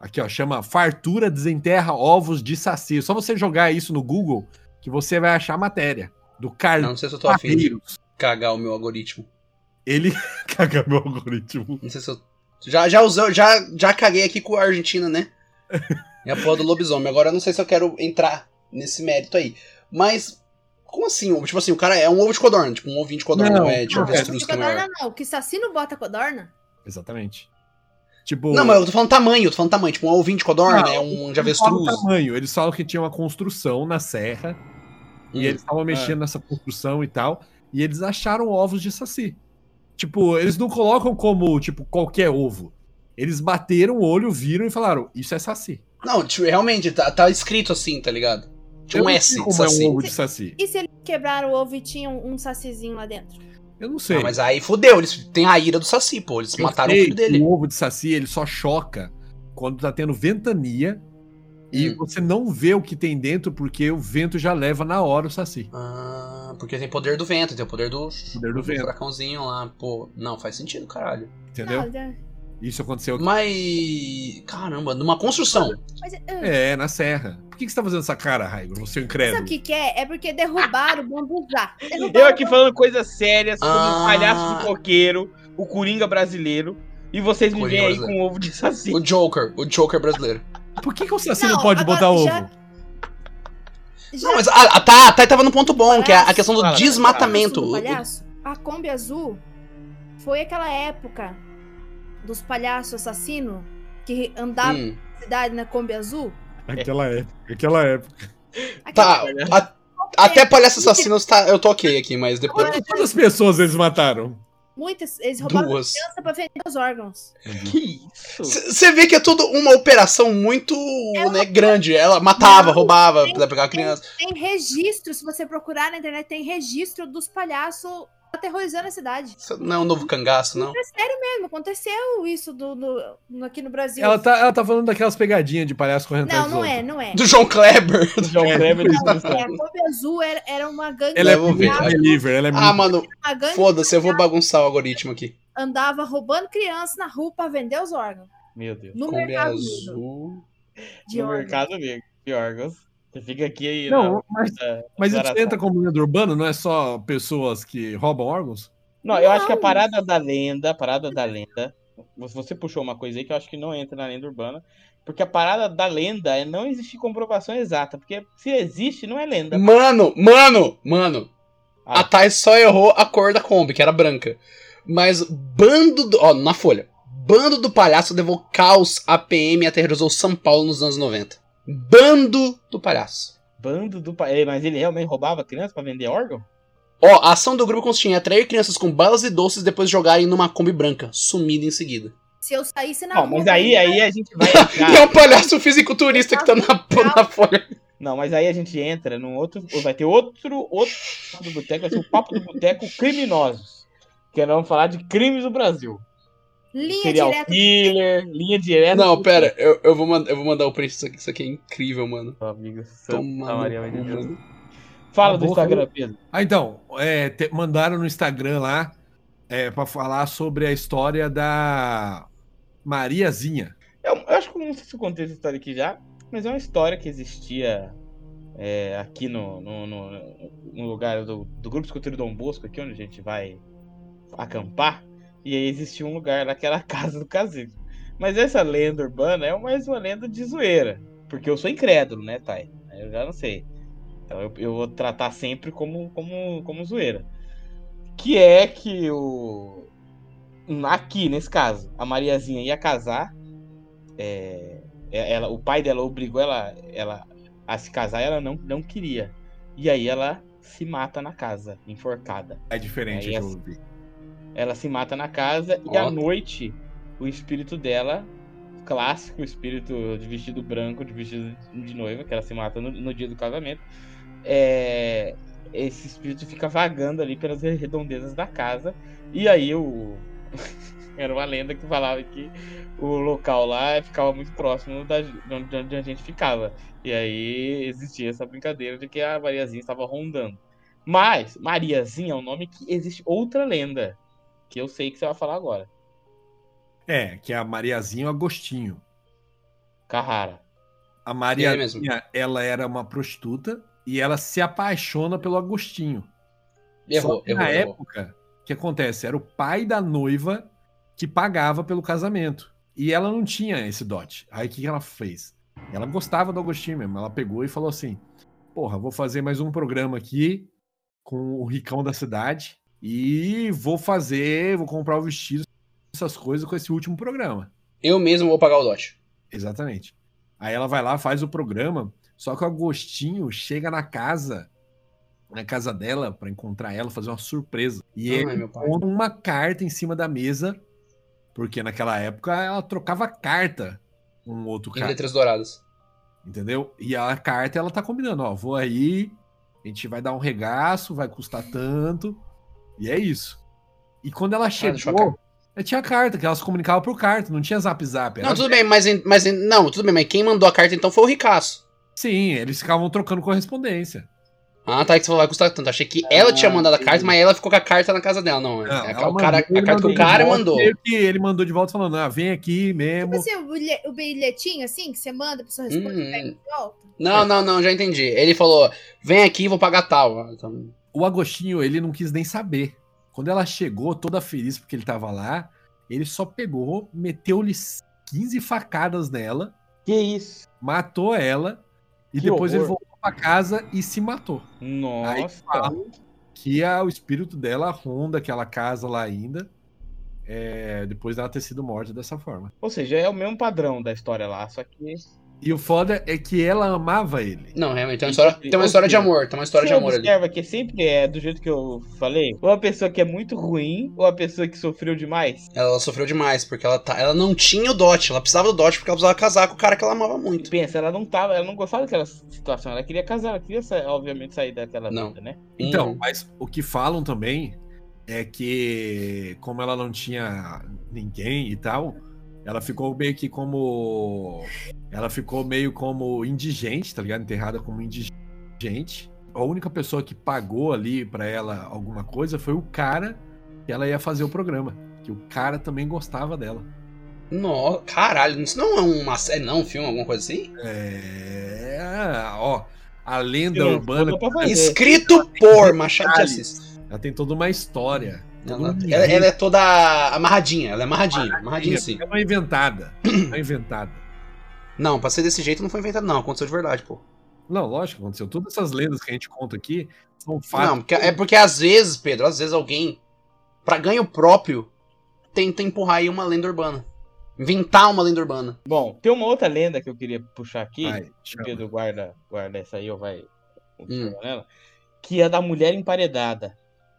S2: Aqui, ó, chama Fartura Desenterra Ovos de Saci. Só você jogar isso no Google que você vai achar a matéria. Do
S3: Não,
S2: Carlos
S3: não sei se eu tô afim de
S2: Barreiros.
S3: cagar o meu algoritmo.
S2: Ele (laughs) caga meu algoritmo.
S3: Não sei se eu. Já, já usou, já, já caguei aqui com a
S2: (laughs)
S3: Argentina, né? É a porra do lobisomem. Agora eu não sei se eu quero entrar nesse mérito aí. Mas, como assim? ovo? Tipo assim, o cara é um ovo de codorna, tipo um ovinho de codorna,
S2: Não,
S3: não é de
S2: não,
S3: avestruz que não é.
S4: Codorna não, que Saci não bota codorna.
S2: Exatamente. Tipo,
S3: Não, mas eu tô falando tamanho, eu tô falando tamanho. Tipo, um ovinho de codorna
S2: Não,
S3: é um de
S2: eles falam o
S3: avestruz.
S2: tamanho. Eles falam que tinha uma construção na serra
S3: Hum.
S2: E eles estavam mexendo nessa construção e tal. E eles acharam ovos de saci. Tipo, eles não colocam como, tipo, qualquer ovo. Eles bateram o olho, viram e falaram: Isso é saci.
S3: Não, tipo, realmente, tá, tá escrito assim, tá ligado? Tinha
S2: Eu
S3: um
S2: não sei
S3: S,
S2: como
S3: saci.
S2: é um ovo de saci.
S4: E se eles quebraram o ovo e tinham um sacizinho lá dentro?
S2: Eu não sei.
S3: Ah, mas aí fudeu, eles têm a ira do Saci, pô. Eles
S2: Eu
S3: mataram o
S2: sei
S3: filho dele.
S2: que O ovo de saci, ele só choca quando tá tendo ventania e
S3: Hum.
S2: você não vê o que tem dentro porque o vento já leva na hora o saci.
S3: Ah, porque tem poder do vento, tem o poder do,
S2: Poder do vento.
S3: furacãozinho lá, pô. Não, faz sentido, caralho.
S2: Entendeu?
S4: Não, já-
S2: Isso aconteceu.
S3: Mas. Caramba, numa construção.
S4: mas, ah,
S2: É, na serra. Por que, que você tá fazendo essa cara, Raigo? Você é
S4: Sabe o
S2: incrédulo.
S4: que, que é? É porque derrubaram o
S3: (laughs)
S4: bambuzá. Derrubaram
S1: Eu aqui
S4: o
S1: falando coisas sérias, como o
S3: Ah.
S1: palhaço do coqueiro, o Coringa brasileiro, e vocês me
S3: Coringa
S1: veem aí
S3: brasileiro.
S1: com ovo de saci.
S3: O Joker, o Joker brasileiro.
S2: Por que, que o saci
S4: Não,
S2: não pode
S4: agora
S2: botar ovo?
S4: já- bambu- Já
S3: Não, mas a, a, tá, a Thay tava no ponto bom, que é a
S4: Palhaço.
S3: questão do
S1: Fala,
S3: desmatamento.
S4: do
S3: O-
S4: é palhaço, a Kombi Azul foi aquela época dos palhaços assassinos que andavam
S3: Hum.
S4: na cidade na Kombi Azul.
S2: Aquela época, aquela é. época.
S3: Tá,
S4: Aquela-
S3: a- até palhaço assassino tá, eu tô ok aqui, mas depois.
S4: Olha,
S2: Quantas pessoas eles mataram?
S4: Muitas, eles roubaram
S3: Duas.
S4: criança pra vender os órgãos.
S1: Que isso?
S3: Você vê que é tudo uma operação muito né, grande. Ela matava,
S4: É Não,
S3: roubava,
S4: tem-
S3: pra pegar a criança.
S4: Tem registro, se você procurar na internet, tem registro dos palhaços aterrorizando a cidade.
S3: Isso Não é um novo cangaço, não.
S4: É sério mesmo, aconteceu isso do, do- no- aqui no Brasil.
S2: Ela tá, ela tá falando daquelas pegadinhas de palhaço correndo
S4: Não,
S2: atrás
S4: não
S2: dos
S4: é,
S2: outros.
S4: não é.
S3: Do João Kleber.
S1: O João Kleber dos
S4: Não, é,
S1: Cristãos.
S4: a Kombi Azul era, era uma gangue.
S2: Ela é
S3: Eu vou ver.
S2: muito believer, ela é
S3: Ah,
S2: muito...
S3: mano,
S4: uma gangue
S3: foda-se, eu vou bagunçar o algoritmo aqui.
S4: andava roubando criança na rua pra vender os órgãos.
S1: Meu Deus.
S4: No
S3: Kombi
S4: mercado negro,
S3: azul.
S4: de
S1: no
S4: órgãos.
S1: mercado negro de órgãos. Você fica aqui aí. é,
S2: Não, mas,
S1: na-
S2: mas isso
S1: Exaração.
S2: entra como lenda urbana, não é só pessoas que roubam órgãos?
S1: Não, eu acho que a
S4: Não.
S1: parada da lenda, a parada da lenda. Você puxou uma coisa aí que eu acho que não entra na lenda urbana. Porque a parada da lenda é não existir comprovação exata. Porque se existe, não é lenda.
S3: Mano, mano, mano.
S1: Ah.
S3: A Thay só errou a cor da Kombi, que era branca. Mas bando do. Ó, na folha. Bando do palhaço levou caos à PM e aterrorizou São Paulo nos anos 90. Bando do palhaço.
S1: Bando do pai. Mas ele realmente roubava criança pra vender órgão?
S3: Ó, a ação do grupo consistia em atrair crianças com balas e doces depois jogarem numa Kombi branca, sumida em seguida.
S4: Se eu saísse na
S1: Não,
S4: rua.
S1: mas aí, aí a gente vai
S2: Ah.
S3: E é
S1: entrar.
S3: um palhaço fisiculturista que tá na, na folha.
S1: Não, mas aí a gente entra num outro. Vai ter outro, outro papo do boteco, vai ser o papo do boteco criminosos. Que nós vamos falar de crimes do Brasil.
S4: Linha
S1: Serial
S4: direta.
S1: killer, linha
S2: É
S1: direta.
S3: Não, pera, eu, eu, vou, mandar, eu vou mandar o print disso aqui, isso aqui é incrível, mano.
S1: Amigo, Santa
S3: Toma. no
S1: Maria, mãe de
S3: cu,
S1: Deus.
S3: mano.
S1: Fala
S2: Tá
S1: do
S2: bom,
S1: Instagram, Pedro.
S2: Ah, então, é, te- mandaram no Instagram lá é, para falar sobre a história da Mariazinha.
S1: É um, Eu, eu acho que não sei se eu contei essa história aqui já, mas é uma história que existia é, aqui no, no, no- no lugar do, do Grupo Escoteiro Dom Bosco, aqui onde a gente vai acampar. E aí existia um lugar naquela (laughs) casa do caseiro. Mas essa lenda urbana é mais uma lenda de zoeira. Porque eu sou incrédulo, né, Thay? Aí Eu já não sei. Então eu, eu vou tratar sempre como, como, como zoeira. Que é que o. Aqui, nesse caso, a Mariazinha ia casar É, Ela, o pai dela obrigou ela, ela a se casar, ela não, não queria. E aí ela se mata na casa, enforcada.
S2: É diferente
S1: Aí
S2: que eu
S1: essa-
S2: ouvi.
S1: Ela se mata na casa e à
S3: Ó.
S1: noite o espírito dela, clássico espírito de vestido branco, de vestido de noiva, que ela se mata no, no dia do casamento, é, esse espírito fica vagando ali pelas redondezas da casa. E aí o. (laughs) Era uma lenda que falava que o local lá ficava muito próximo da, de onde- de onde a gente ficava. E aí existia essa brincadeira de que a Mariazinha estava rondando. Mas Mariazinha é um nome que existe outra lenda. Que eu sei que você vai falar agora.
S2: É, que é a Mariazinha e o Agostinho.
S1: Carrara.
S2: A
S3: Ele É mesmo.
S2: Mariazinha, ela era uma prostituta e ela se apaixona pelo Agostinho. Só
S3: Errou,
S2: que
S3: errou,
S2: na
S3: errou.
S2: época, o que acontece? Era o pai da noiva que pagava pelo casamento. E ela não tinha esse dote. Aí o que que ela fez? Ela gostava do Agostinho mesmo. Ela pegou e falou assim: Porra, vou fazer mais um programa aqui com o ricão da cidade e vou fazer, vou comprar o vestido, essas coisas com esse último programa.
S3: Eu mesmo vou pagar o dote.
S2: Exatamente. Aí ela vai lá, faz o programa, só que o Agostinho chega na casa, na casa dela, pra encontrar ela, fazer uma surpresa. E ele
S3: Ai, meu pai.
S2: pondo uma carta em cima da mesa, porque naquela época ela trocava carta com um outro
S3: Em
S2: cara,
S3: letras douradas.
S2: entendeu? E a carta ela tá combinando, ó, vou aí, a gente vai dar um regaço, vai custar tanto, e é isso. E quando ela
S3: deixa eu
S2: chegou, ela tinha carta, que elas comunicavam por carta, não tinha zap zap. Era...
S3: Não, tudo bem, mas, em- mas. em- Não, tudo bem, mas quem mandou a carta então foi o Ricaço.
S2: Sim, eles ficavam trocando correspondência.
S3: Ah, tá, que você falou vai custar tanto. Achei que ela tinha mandado a carta, mas ela ficou com a carta na casa dela. Não, é-
S2: Não,
S3: é
S2: ela
S3: a, o cara,
S2: mandou,
S3: a carta que o
S2: ele
S3: cara
S2: de volta,
S3: mandou.
S2: meio que ele mandou de volta falando, ah, vem aqui mesmo.
S4: Tipo assim, o bilhe- o bilhetinho, assim, que você manda, a pessoa responde,
S2: Uhum.
S3: Hum,
S4: pega e volta.
S3: Não, não, não, já entendi. Ele falou: vem aqui, vou pagar tal. Então,
S2: O Agostinho, ele não quis nem saber. Quando ela chegou, toda feliz porque ele tava lá, ele só pegou, meteu-lhe 15 facadas nela,
S1: Que isso?
S2: matou ela, e
S1: Que
S2: depois ele
S1: horror.
S2: voltou pra casa e se matou.
S1: Nossa.
S2: falam que a- o espírito dela ronda aquela casa lá ainda, é, depois dela ter sido morta dessa forma.
S1: Ou seja, é o mesmo padrão da história lá, só que.
S2: E o foda é que ela amava ele.
S3: não, realmente, tem uma história, tem uma história de amor, tem uma história de
S1: Você
S3: amor ali.
S1: observa que sempre é do jeito que eu falei, ou a pessoa que é muito ruim, ou a pessoa que sofreu demais.
S3: Ela sofreu demais, porque ela, tá, ela não tinha o dote, ela precisava do dote porque ela precisava casar com o cara que ela amava
S1: E
S3: muito.
S1: pensa, ela não tava, ela não gostava daquela situação, ela queria casar, ela queria, sa- obviamente, sair daquela
S3: Não.
S1: vida, né?
S2: Então,
S3: Uhum.
S2: mas o que falam também é que, como ela não tinha ninguém e tal, ela ficou meio que como. Ela ficou meio como indigente, tá ligado? Enterrada como indigente. A única pessoa que pagou ali pra ela alguma coisa foi o cara que ela ia fazer o programa. Que o cara também gostava dela.
S3: Nossa, caralho, isso não é uma série, não, um filme, alguma coisa assim?
S2: É. Ó, a lenda
S1: Não,
S2: urbana.
S1: não dá pra fazer.
S3: Escrito por Machado de
S2: detalhes.
S3: Assis.
S2: Ela tem toda uma história.
S3: Não,
S2: todo um
S3: não, Ela,
S2: enredo.
S3: ela é toda amarradinha, ela é amarradinha, amarradinha sim.
S2: É uma inventada. É uma inventada.
S3: Não, pra ser desse jeito não foi inventado, não, aconteceu de verdade, pô.
S2: Não, lógico, aconteceu. Todas essas lendas que a gente conta aqui são fatos.
S3: Não, porque- é porque às vezes, Pedro, às vezes alguém, pra ganho próprio, tenta empurrar aí uma lenda urbana. Inventar uma lenda urbana.
S1: Bom, tem uma outra lenda que eu queria puxar aqui.
S2: Vai,
S1: O
S2: chama.
S1: Pedro guarda, guarda essa aí, ou vai
S3: Hum.
S1: nela, que é da mulher emparedada.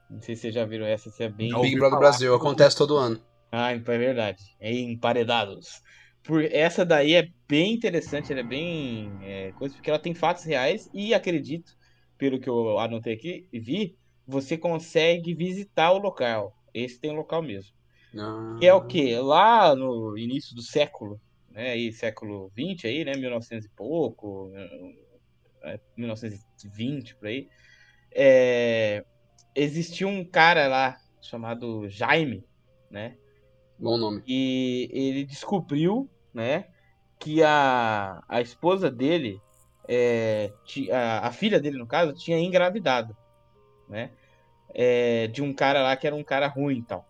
S1: Não sei se vocês já viram essa, se é bem.
S2: Não.
S3: Big
S2: ouvi
S3: Brother
S2: falar.
S3: Brasil, acontece todo ano.
S1: Ah, é verdade. É emparedados. Por essa daí é bem interessante, ela é bem é, coisa, porque ela tem fatos reais e acredito, pelo que eu anotei aqui e vi, você consegue visitar o local. Esse tem local mesmo.
S3: Ah.
S1: Que é o que? Lá no início do século, né? Aí, século 20 aí, né? 1900 e pouco, eh, 1920 por aí. É, existia um cara lá chamado Jaime, né?
S3: Bom nome.
S1: E ele descobriu, né, que a, a esposa dele, é, ti- a, a filha dele, no caso, tinha engravidado, né, é, de um cara lá que era um cara ruim e tal.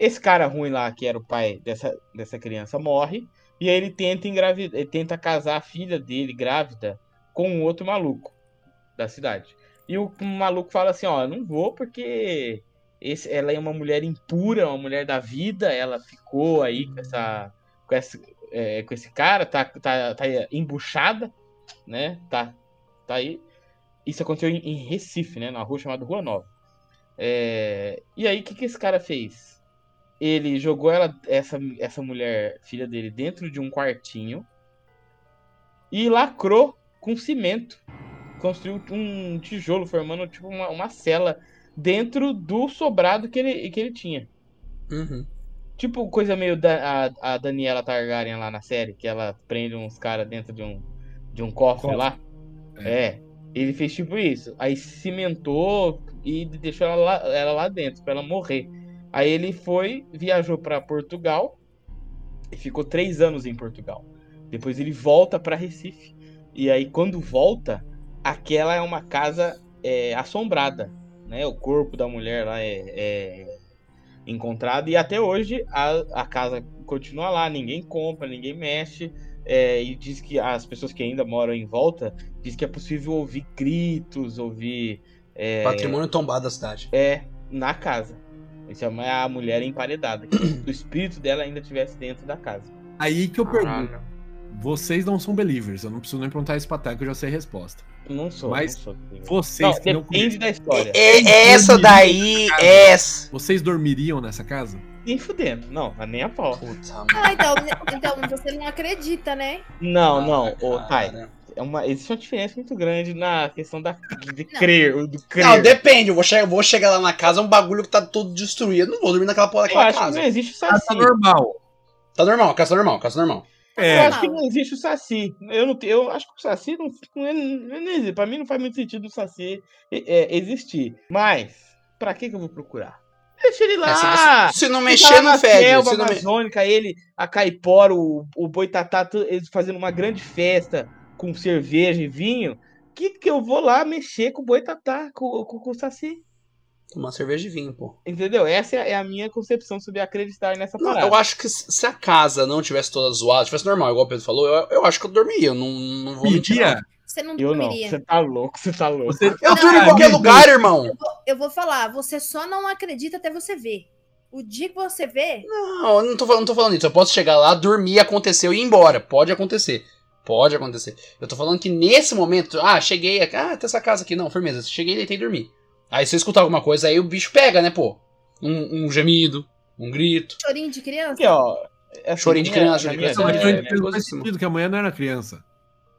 S1: Esse cara ruim lá, que era o pai dessa, dessa criança, morre, e aí ele tenta, engravidar, ele tenta casar a filha dele, grávida, com um outro maluco da cidade. E o maluco fala assim, ó, eu não vou porque esse- ela é uma mulher impura, uma mulher da vida, ela ficou aí com essa, com com esse, é, com esse cara, tá, tá, tá embuchada, né? Tá, tá aí. Isso aconteceu em, em Recife, né? Na rua chamada Rua Nova. É, e aí, o que, que esse cara fez? Ele jogou ela, essa, essa mulher, filha dele, dentro de um quartinho e lacrou com cimento. Construiu um tijolo, formando tipo uma, uma cela dentro do sobrado que ele, que ele tinha.
S3: Uhum.
S1: Tipo coisa meio da, a, a Daniela Targaryen lá na série, que ela prende uns caras dentro de um, de um cofre,
S2: Cofre.
S1: lá. É. Ele fez tipo isso. Aí cimentou e deixou ela lá, ela lá dentro pra ela morrer. Aí ele foi, viajou pra Portugal e ficou três anos em Portugal. Depois ele volta pra Recife. E aí quando volta, aquela é uma casa é, assombrada, né? O corpo da mulher lá é, é encontrado e até hoje a, a casa continua lá, ninguém compra, ninguém mexe. é, e diz que as pessoas que ainda moram em volta diz que é possível ouvir gritos, ouvir é,
S3: Patrimônio tombado da cidade.
S1: é na casa. Isso é uma- a mulher emparedada. Que o espírito dela ainda estivesse dentro da casa.
S2: Aí que eu
S1: Ah.
S2: pergunto.
S3: Caralho.
S2: Vocês não são believers, eu não preciso nem perguntar isso pra Thay, que eu já sei a resposta.
S1: Não sou.
S2: Mas
S1: não sou.
S2: Vocês
S1: Não,
S2: que não
S1: depende da história.
S3: É, é essa daí, é essa.
S2: Vocês dormiriam nessa casa?
S1: Nem fudendo. Não, mas nem a pau.
S3: Puta
S4: Ah, então, então você não acredita, né?
S1: Não, não,
S3: merda,
S1: ô, Thay.
S3: cara.
S1: É uma, existe uma diferença muito grande na questão da, de
S4: Não.
S1: crer, do crer.
S3: Não, depende. Eu vou, che- eu vou chegar lá na casa, é um bagulho que tá todo destruído. Eu não vou dormir naquela porra
S1: Eu
S3: daquela
S1: acho que
S3: casa.
S1: Ah, não existe o
S3: É assim.
S2: Casa
S1: saci.
S2: normal.
S3: Tá normal, casa normal, casa normal.
S1: Eu
S2: É,
S1: acho que não existe o Saci. Eu, não, te- eu acho que o Saci não, não, é- não existe. Pra mim não faz muito sentido o Saci é, existir. Mas, pra que, que eu vou procurar? Deixa ele
S3: É, se-
S1: lá!
S3: se, se não
S1: Ele Ah, tá
S3: mexer,
S1: lá
S3: não
S1: na
S3: fede.
S1: selva
S3: Se não me-
S1: amazônica, ele, a Caipora, o, o Boitatá, tu- eles fazendo uma grande festa com cerveja e vinho. Que que eu vou lá mexer com o Boitatá, com, com, com o Saci?
S3: Tomar cerveja de vinho, pô.
S1: Entendeu? Essa é a- é a minha concepção sobre acreditar nessa
S3: Não,
S1: parada.
S3: eu acho que se se a casa não tivesse toda zoada, tivesse normal, igual o Pedro falou, eu, eu acho que eu dormiria. Eu não, não vou mentir. não.
S2: dormiria.
S4: Você não
S1: Eu não.
S4: dormiria.
S1: Você tá louco, você tá louco.
S2: Você Ah,
S3: Eu
S4: Não,
S3: durmo em
S4: é,
S3: qualquer
S2: não.
S3: lugar, irmão.
S4: Eu vou falar, você só não acredita até você ver. O dia que você vê,
S3: Não, eu não tô, falando- não tô falando isso. Eu posso chegar lá, dormir, aconteceu e ir embora. Pode acontecer. Pode acontecer. Eu tô falando que nesse momento, ah, cheguei, aqui- ah, tem essa casa aqui. Não, firmeza. Cheguei, deitei e dormi. Aí se eu escutar alguma coisa, aí o bicho pega, né, pô? Um, um gemido, um grito.
S4: chorinho de criança,
S1: Aqui, ó. é assim,
S3: Chorinho de
S1: na minha-
S3: criança,
S1: na
S3: de
S1: minha vida,
S3: criança.
S2: Mas
S3: É,
S2: Johnny
S1: né?
S2: Depp não
S3: coisa
S2: faz
S3: assim.
S2: sentido que amanhã não era criança.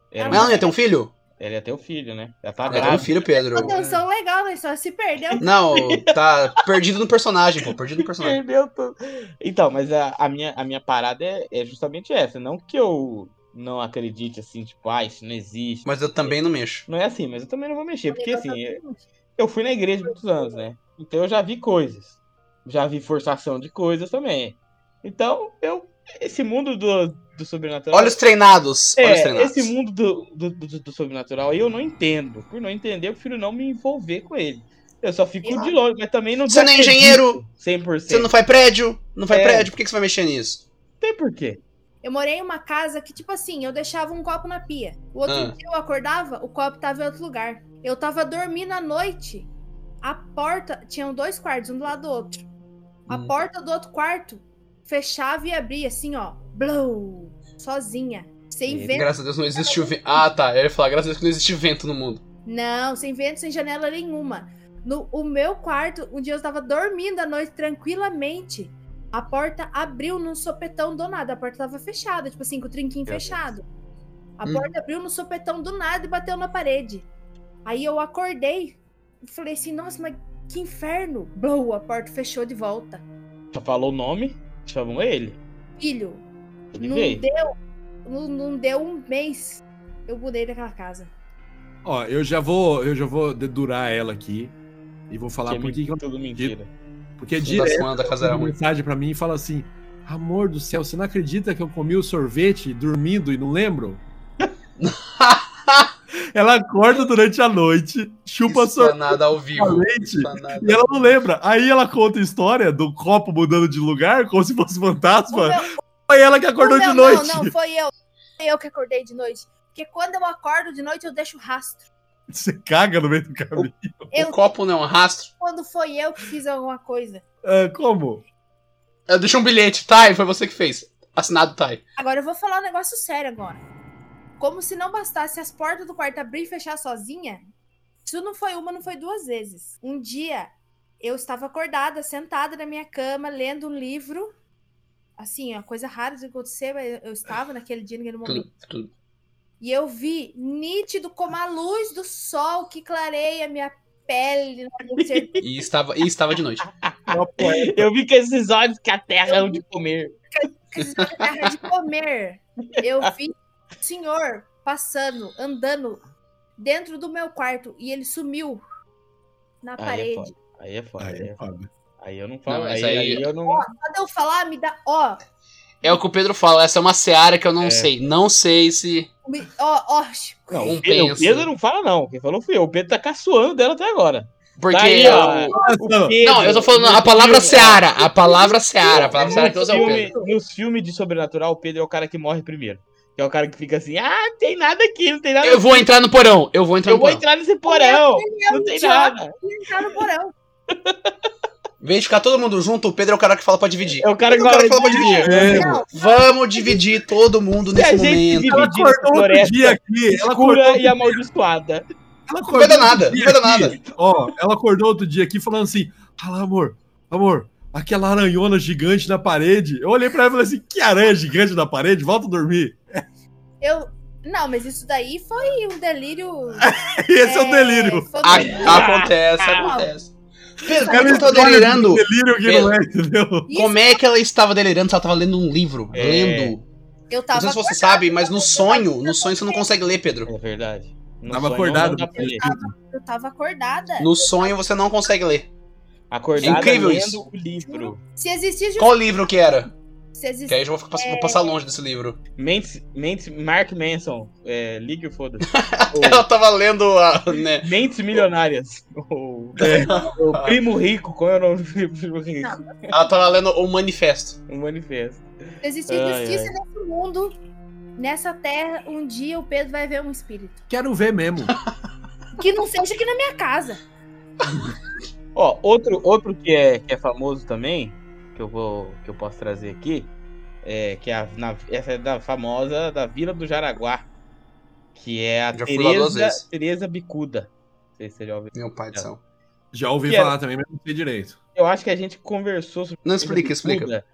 S1: Era
S3: Mas ela não ia ter um filho?
S1: é, Ele é teu filho, né? Já tá
S3: Ela ia ter um
S1: bravo.
S3: filho, Pedro.
S4: uma tensão legal na história, se
S1: É
S4: um perdeu.
S3: Não, tá perdido no personagem, pô. Perdido no personagem.
S1: Perdeu tudo. Então, mas a, a minha, a minha parada é, é justamente essa. Não que eu não acredite assim, tipo, ah, isso não existe.
S3: Mas eu também não mexo.
S1: Não é assim, mas eu também não vou mexer, porque
S4: tá
S1: assim, eu, eu fui na igreja muitos anos, né? Então eu já vi coisas. Já vi forçação de coisas também. Então, eu. Esse mundo do, do sobrenatural.
S3: Olha os treinados. Olha os
S1: É,
S3: treinados.
S1: esse mundo do, do, do- do sobrenatural aí eu não entendo. Por não entender, eu prefiro não me envolver com ele. Eu só fico
S4: Exato.
S1: de longe, mas também não.
S3: Você não é
S1: desacredito
S3: engenheiro?
S1: 100%.
S3: Você não faz prédio? Não faz
S1: É.
S3: prédio? Por que que você vai mexer nisso?
S1: tem porquê.
S4: Eu morei em uma casa que, tipo assim, eu deixava um copo na pia. O outro
S3: Ah.
S4: dia eu acordava, o copo tava em outro lugar. Eu tava dormindo à noite. A porta. Tinham dois quartos, um do lado do outro. A
S3: Hum.
S4: porta do outro quarto fechava e abria, assim, ó. Blow! Sozinha. Sem
S1: Eita.
S4: vento.
S3: Graças a Deus não existe o vento. Ah, tá. Eu ia falar, graças a Deus que não existe vento no mundo.
S4: Não, sem vento, sem janela nenhuma. No o meu quarto, um dia eu estava dormindo à noite tranquilamente. A porta abriu num sopetão do nada. A porta estava fechada, tipo assim, com o trinquinho
S1: Meu Deus.
S4: fechado. A
S3: Hum.
S4: porta abriu num sopetão do nada e bateu na parede. Aí eu acordei e falei assim: nossa, mas que inferno! Blow, a porta fechou de volta.
S1: Só falou o nome, chamou ele.
S4: Filho,
S1: Ele
S4: não
S1: veio.
S4: deu, não, não deu um mês. Eu mudei daquela casa.
S2: Ó, eu já vou, eu já vou dedurar ela aqui e vou falar
S1: Que é
S2: por que que eu-
S1: tudo mentira.
S2: porque
S3: Da
S2: direto
S3: semana da casa era
S2: manda
S3: ruim.
S2: mensagem pra mim e fala assim: "Amor do céu, você não acredita que eu comi o sorvete dormindo e não lembro?" ela acorda durante a noite, chupa sorvete,
S3: Esplanada tá ao vivo.
S2: leite.
S3: Esplanada.
S2: E ela não lembra. Aí ela conta a história do copo mudando de lugar, como se fosse
S4: O
S2: fantasma.
S4: meu-
S2: Foi ela que acordou
S4: Não,
S2: de
S4: não,
S2: noite.
S4: Não, não, foi eu. Foi eu que acordei de noite. Porque quando eu acordo de noite, eu deixo rastro.
S2: (laughs) Você caga no meio do caminho.
S4: Eu,
S3: O copo não é um rastro.
S4: quando foi eu que fiz alguma coisa.
S2: Ah, como?
S3: Eu deixei um bilhete, tá? E foi você que fez. Assinado Tai.
S4: Agora eu vou falar um negócio sério agora. Como se não bastasse as portas do quarto abrir e fechar sozinha, isso não foi uma, não foi duas vezes. Um dia eu estava acordada, sentada na minha cama, lendo um livro. Assim, uma coisa rara de acontecer, mas eu estava naquele dia, naquele momento.
S3: Tudo, tudo.
S4: E eu vi nítido como a luz do sol que clareia minha pele no
S3: (laughs)
S4: amanhecer
S3: E estava, e estava de noite.
S2: Uma poeta.
S1: Eu vi com esses olhos que a terra é onde comer.
S4: É terra de comer.
S1: (laughs)
S4: Eu vi o senhor passando, andando dentro do meu quarto e ele sumiu na
S1: Aí é
S4: parede.
S1: foda. Aí é foda.
S2: Ah,
S1: Aí,
S2: é
S1: é-
S2: foda.
S1: aí eu não falo.
S3: Não, mas
S1: aí,
S3: aí-
S1: aí eu não.
S4: Quando eu falar, me dá. Ó,
S3: É o que o Pedro fala, essa é uma seara que eu não
S1: É.
S3: sei. Não sei se
S4: me- ó, ó.
S1: Não, o
S3: compensa.
S1: Pedro, o Pedro não fala, não. Quem falou fui eu. O Pedro tá caçoando dela até agora.
S3: Porque.
S1: Tá aí, ó.
S3: o-
S2: Nossa,
S1: Pedro,
S3: Não, eu tô falando
S1: no
S3: a palavra
S1: filme-
S3: seara. A palavra seara. A palavra seara que
S1: Nos
S3: usa é o Pedro.
S1: filme- Nos filmes de sobrenatural, o Pedro é o cara que morre primeiro. Que é o cara que fica assim, ah, não tem nada aqui, não tem nada
S3: Eu vou entrar no porão. Eu vou entrar
S1: Eu
S3: no
S1: vou
S3: porão.
S1: entrar nesse (laughs) porão. Não tem nada.
S4: é um Entrar no porão.
S3: Em vez de ficar todo mundo junto, o Pedro é o cara que fala pra dividir.
S1: É o cara que
S3: Pedro é o cara
S1: fala
S3: que fala pra dividir.
S2: é, mano.
S4: Não,
S3: Vamos dividir todo mundo
S1: Se a
S3: nesse
S1: gente
S3: momento.
S1: dividir
S2: ela
S1: Dividindo essa
S2: acordou outro
S1: floresta
S2: dia aqui. Ela acordou,
S1: escura e amaldiçoada.
S2: ela
S3: Não
S2: acordou
S3: vai dar
S2: outro
S3: nada, não
S2: dia
S3: vai dar
S2: aqui,
S3: nada.
S2: Ó, ela acordou outro dia aqui falando assim: Fala, amor, amor, aquela aranhona gigante na parede. Eu olhei pra ela e falei assim: Que aranha gigante na parede? Volta a dormir. (laughs)
S4: eu. Não, mas isso daí foi um delírio.
S2: Esse é, o delírio.
S4: foi um
S1: Ah,
S4: delírio.
S1: tá
S3: A- Acontece, Ah, acontece. Pedro, como é que ela tava
S2: história de
S3: delirando?
S2: Delírio que não é, entendeu?
S4: Isso,
S3: Como é que ela estava delirando se ela tava lendo um livro?
S1: É.
S3: Lendo.
S4: Eu
S3: Não
S4: tava.
S3: sei se você
S4: acordada,
S3: sabe, mas no sonho, no sonho você não consegue ler, Pedro.
S1: É verdade. No
S2: Tava
S1: sonho
S2: acordado.
S1: não dá pra ler.
S4: Eu tava acordada.
S3: No sonho você não consegue ler.
S1: Acordado
S3: Incrível
S1: lendo
S3: isso.
S1: o livro.
S4: Se existisse.
S3: Qual livro que era?
S4: Se
S3: Que
S4: existisse.
S3: aí eu já vou, ficar, pass- vou passar longe desse livro.
S1: Mentes, Mentes, Mark Manson. É, ligue o
S3: (laughs)
S1: foda-se.
S3: Ela tava lendo a. Né?
S1: Ou Mentes Milionárias. Ou- ou Primo Rico. Qual é o nome do Primo Rico?
S3: Ela tava lendo o manifesto.
S1: O manifesto.
S4: Se existir
S1: Ai,
S4: justiça nesse mundo, nessa terra, um dia o Pedro vai ver um espírito.
S2: Quero ver mesmo.
S4: Que não seja aqui na minha casa.
S1: Ó, outro, outro que, é, que é famoso também, que eu, vou, que eu posso trazer aqui, é, que é a, na- essa é da famosa da Vila do Jaraguá. Que é a
S3: Já fui lá duas
S1: Tereza,
S3: vezes.
S1: Tereza Bicuda. Não sei se você já ouviu.
S3: Meu pai do céu.
S2: Já ouvi
S1: Que
S2: falar também, mas não sei direito.
S1: Eu acho que a gente conversou sobre
S3: Não explica, explica.
S1: Buda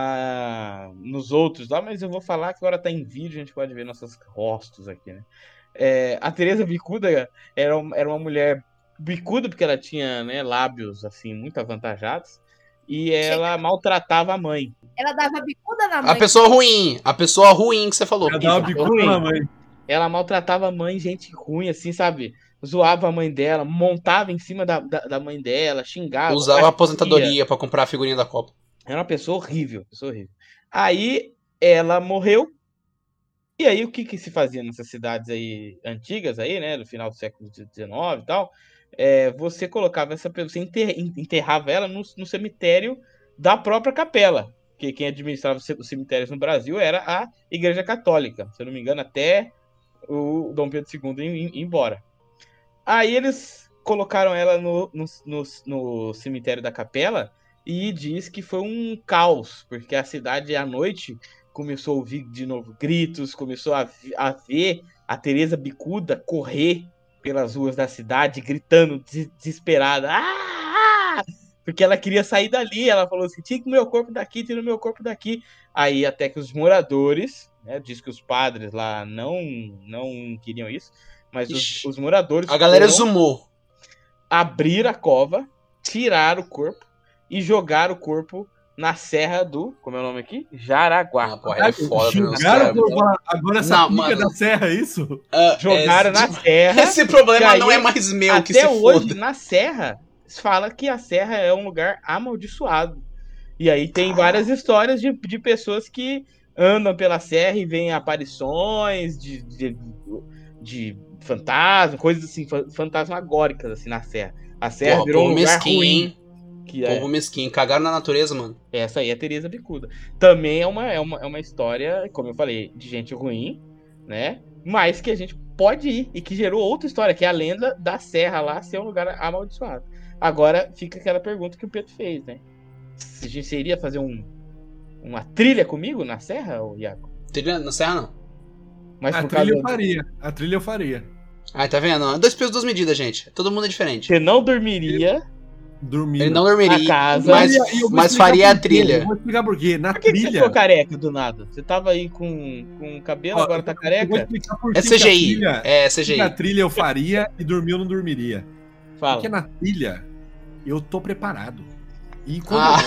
S1: na nos outros lá, mas eu vou falar que agora tá em vídeo, a gente pode ver nossos rostos aqui, né? É, a Teresa Bicuda era, um- era uma mulher bicuda porque ela tinha né, lábios assim muito avantajados e ela maltratava a mãe.
S4: Ela dava bicuda na mãe.
S3: A pessoa ruim, a pessoa ruim que você falou.
S2: Já É, dá uma bicuda
S1: ruim.
S2: um na mãe.
S1: Ela maltratava a mãe, gente ruim, assim, sabe? Zoava a mãe dela, montava em cima da, da, da mãe dela, xingava.
S3: Usava a
S1: batia.
S3: aposentadoria pra comprar a figurinha da Copa.
S1: Era uma pessoa horrível, pessoa horrível. Aí ela morreu. E aí o que, que se fazia nessas cidades aí antigas aí, né, do final do século XIX e tal? É, você colocava essa pessoa, você enter- enterrava ela no, no cemitério da própria capela. Porque quem administrava ce- os cemitérios no Brasil era a Igreja Católica, se eu não me engano, até o Dom Pedro II ir- ir- ir embora. Aí eles colocaram ela no- no- no, no cemitério da capela e diz que foi um caos, porque a cidade à noite começou a ouvir de novo gritos, começou a, vi- a ver a Teresa Bicuda correr pelas ruas da cidade, gritando des- desesperada. "Ah, ah!" Porque ela queria sair dali, ela falou assim: tira o meu corpo daqui, tira o meu corpo daqui. Aí, até que os moradores, né, diz que os padres lá não, não queriam isso, mas os,
S3: Ixi.
S1: os moradores.
S3: A galera
S1: foram-
S3: zumou.
S1: abrir a cova, tirar o corpo e jogar o corpo na serra do. Como é o nome aqui? Jaraguá.
S3: Ah, porra, é foda, meu Deus,
S2: Julgaram
S3: cara.
S2: por falar, agora essa
S3: Não,
S2: pica
S3: mano.
S2: da serra, é isso?
S3: Ah,
S1: Jogaram
S3: esse-
S1: na serra.
S3: (laughs) Esse problema
S1: E
S3: não
S1: aí,
S3: é mais meu, que se
S1: Até hoje,
S3: foda.
S1: na serra, se fala que a serra é um lugar amaldiçoado. E aí tem
S3: Ah.
S1: várias histórias de, de pessoas que andam pela serra e veem aparições de, de, de fantasma, coisas assim, fa- fantasmagóricas assim na serra. A serra
S3: né? Porra,
S1: virou um
S3: povo
S1: lugar
S3: mesquinho,
S1: ruim.
S3: hein?
S1: Que é-
S3: Povo mesquinho. Cagaram na natureza, mano.
S1: Essa aí é a Teresa Bicuda. Também é uma, é, uma, é uma história, como eu falei, de gente ruim, né? Mas que a gente pode ir e que gerou outra história, que é a lenda da Serra lá ser um lugar amaldiçoado. Agora fica aquela pergunta que o Pedro fez, né? Se a gente iria fazer um, uma trilha comigo na serra, ô Iago?
S3: Trilha na serra, não.
S1: Mas
S2: a
S1: por
S2: trilha
S1: causa.
S2: eu faria. A trilha eu faria.
S3: Ah, tá vendo? Dois pesos, duas medidas, gente. Todo mundo é diferente.
S1: Você não dormiria.
S2: Dormir.
S3: Ele não
S1: Na
S3: dormiria,
S1: casa.
S3: mas,
S2: E aí eu vou
S3: mas
S2: explicar
S3: faria a
S2: por quê, eu
S3: trilha.
S2: Vou explicar por quê. Na
S1: Por que, que você
S2: trilha.
S1: ficou careca do nada? Você tava aí com, com cabelo,
S2: Ó,
S1: agora tá
S2: eu vou
S1: careca?
S2: explicar por
S3: É
S2: que que a
S3: CGI.
S2: trilha-
S3: É
S2: por que que A
S3: CGI.
S2: trilha eu faria e dormir eu não dormiria.
S1: Fala.
S2: Porque na trilha eu tô preparado. E quando,
S1: Ah.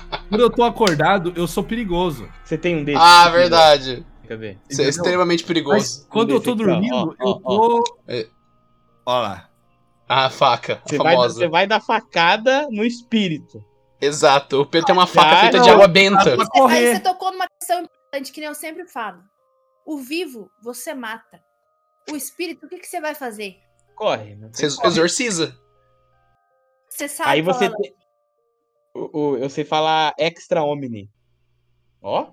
S1: (laughs)
S2: eu, quando eu tô acordado, eu sou perigoso.
S1: Você tem um desses?
S3: Ah, verdade.
S1: Cadê?
S3: Isso é
S2: Entendeu?
S3: extremamente
S2: Mas
S3: perigoso.
S2: quando eu tô
S1: Desse aqui, ó,
S2: dormindo,
S1: então, ó,
S2: eu tô.
S3: É.
S2: Olha lá.
S3: Ah, a faca, a
S1: Você vai,
S3: famosa.
S1: você vai dar facada no espírito.
S3: Exato, o Pedro tem uma faca
S1: Ah,
S3: feita
S1: não.
S3: de água
S2: Dá
S3: benta.
S2: pra
S4: Aí
S2: correr.
S4: você tocou numa questão importante que nem eu sempre falo. O vivo, você mata. O espírito, o que, que você vai fazer?
S1: Corre. não tem
S3: Você
S1: como.
S3: exorciza.
S4: Você sabe.
S1: Aí você.
S4: falar-
S1: tem- O, o- eu sei falar extra omni. Ó.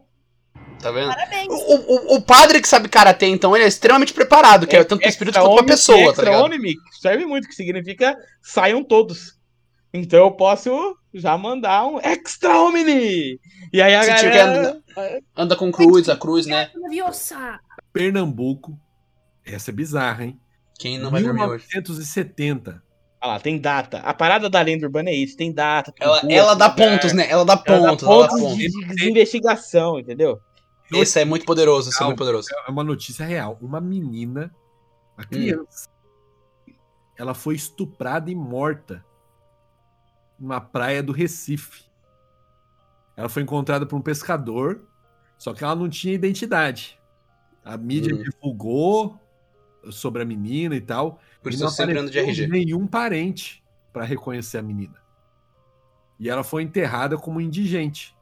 S3: Tá vendo?
S4: Parabéns.
S3: O, o- o padre que sabe karatê, então, ele é extremamente preparado, que é tanto pro espírito
S1: Extra
S3: quanto pra
S1: omni, que
S3: pessoa, tá
S1: extra
S3: ligado?
S1: omni serve muito, que significa saiam todos. Então eu posso já mandar um extra omni. E aí a
S3: Se tiver
S1: né, galera.
S3: anda, anda com cruz, a cruz, né?
S4: Leviosa.
S2: Pernambuco. Essa é bizarra, hein?
S3: Quem não vai dormir hoje?
S2: 1970.
S1: Ah lá, tem data. A parada da lenda urbana é isso, tem data. tem
S3: Ela,
S1: rua, tem
S2: É.
S3: ela dá
S1: lugar.
S3: pontos, né? Ela dá
S1: Ela dá
S3: pontos, ela dá
S1: pontos
S3: pontos.
S1: de- de investigação, entendeu?
S3: Esse é muito poderoso, esse é muito poderoso.
S2: É uma notícia real. Uma menina, uma criança, ela foi estuprada e morta numa praia do Recife. Ela foi encontrada por um pescador, só que ela não tinha identidade. A mídia
S3: Hum.
S2: divulgou sobre a menina e tal.
S3: Por
S2: e
S3: isso
S2: não
S3: eu sempre ando de
S2: apareceu
S3: RG.
S2: Nenhum parente para reconhecer a menina. E ela foi enterrada como indigente.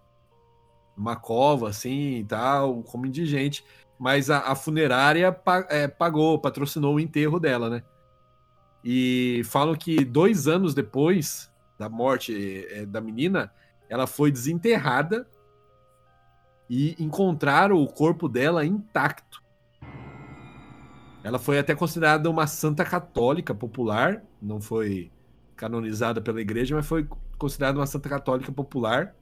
S2: Uma cova, assim e tal, como indigente. Mas a, a funerária pa- é, pagou, patrocinou o enterro dela, né? E falam que dois anos depois da morte é, da menina, ela foi desenterrada e encontraram o corpo dela intacto. Ela foi até considerada uma santa católica popular, não foi canonizada pela igreja, mas foi considerada uma santa católica popular.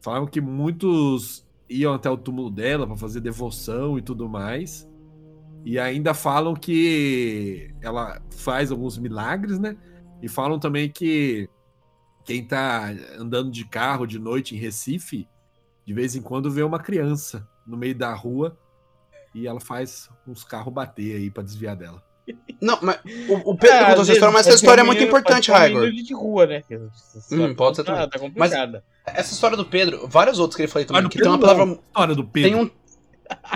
S2: Falavam que muitos iam até o túmulo dela para fazer devoção e tudo mais. E ainda falam que ela faz alguns milagres, né? E falam também que quem tá andando de carro de noite em Recife, de vez em quando vê uma criança no meio da rua e ela faz uns carros bater aí pra desviar dela.
S3: Não, mas o, o Pedro contou
S1: É, às
S3: essa
S1: vezes
S3: história, mas
S1: pode
S3: essa
S1: ser
S3: história é
S1: um
S3: muito
S1: menino- pode
S3: importante,
S1: ser um
S3: Raigor. Hum,
S1: menino de rua, né? Que essa situação
S3: pode ser também.
S1: Tá, tá complicada.
S3: Essa história do Pedro, várias outras que ele falou também,
S2: Mas
S3: que
S2: do
S3: tem uma
S2: Pedro
S3: palavra.
S2: História do
S3: Tem
S2: Pedro.
S3: um.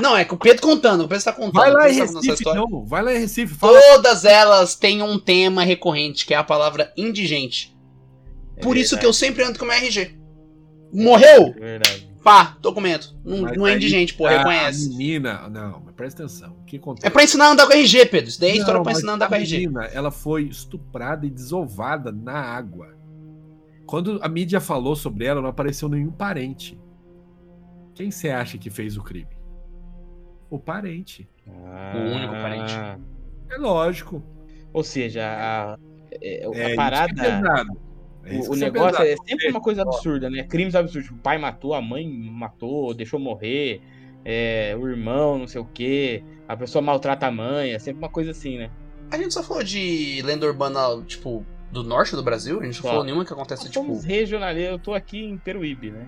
S3: Não, é que o Pedro contando, o Pedro tá contando.
S2: Vai
S3: o
S2: lá em
S3: Pedro tá contando essa
S2: Recife,
S3: história.
S2: não. Vai lá em Recife. Fala.
S3: Todas elas têm um tema recorrente, que é a palavra indigente.
S2: É
S1: É
S3: Por isso que eu sempre ando com meu RG. Morreu?
S1: Verdade.
S3: Pá, documento. Não,
S2: Mas
S3: não é
S2: aí tá
S3: indigente, pô, reconhece.
S2: A menina... Não, mas presta atenção. O que acontece?
S3: É pra ensinar a andar com RG, Pedro. Isso daí é
S2: Não,
S3: história pra
S2: mas
S3: ensinar a andar com RG.
S2: menina, ela foi estuprada e desovada na água. Quando a mídia falou sobre ela, não apareceu nenhum parente. Quem você acha que fez o crime? O parente.
S1: O
S3: único parente.
S2: É lógico.
S1: Ah, Ou seja, a, é, a
S2: É, isso que é
S1: parada.
S2: pesado. É isso
S1: o o
S2: que é
S1: negócio
S2: pesado.
S1: é sempre uma coisa absurda, né? Crimes absurdos. Tipo, o pai matou, a mãe matou, deixou morrer, é, o irmão, não sei o quê. A pessoa maltrata a mãe, é sempre uma coisa assim, né?
S3: A gente só falou de lenda urbana, tipo, do norte do Brasil. A gente não
S1: Tá.
S3: falou nenhuma que acontece,
S1: Nós
S3: tipo.
S1: somos regionalistas. Eu tô aqui em Peruíbe, né?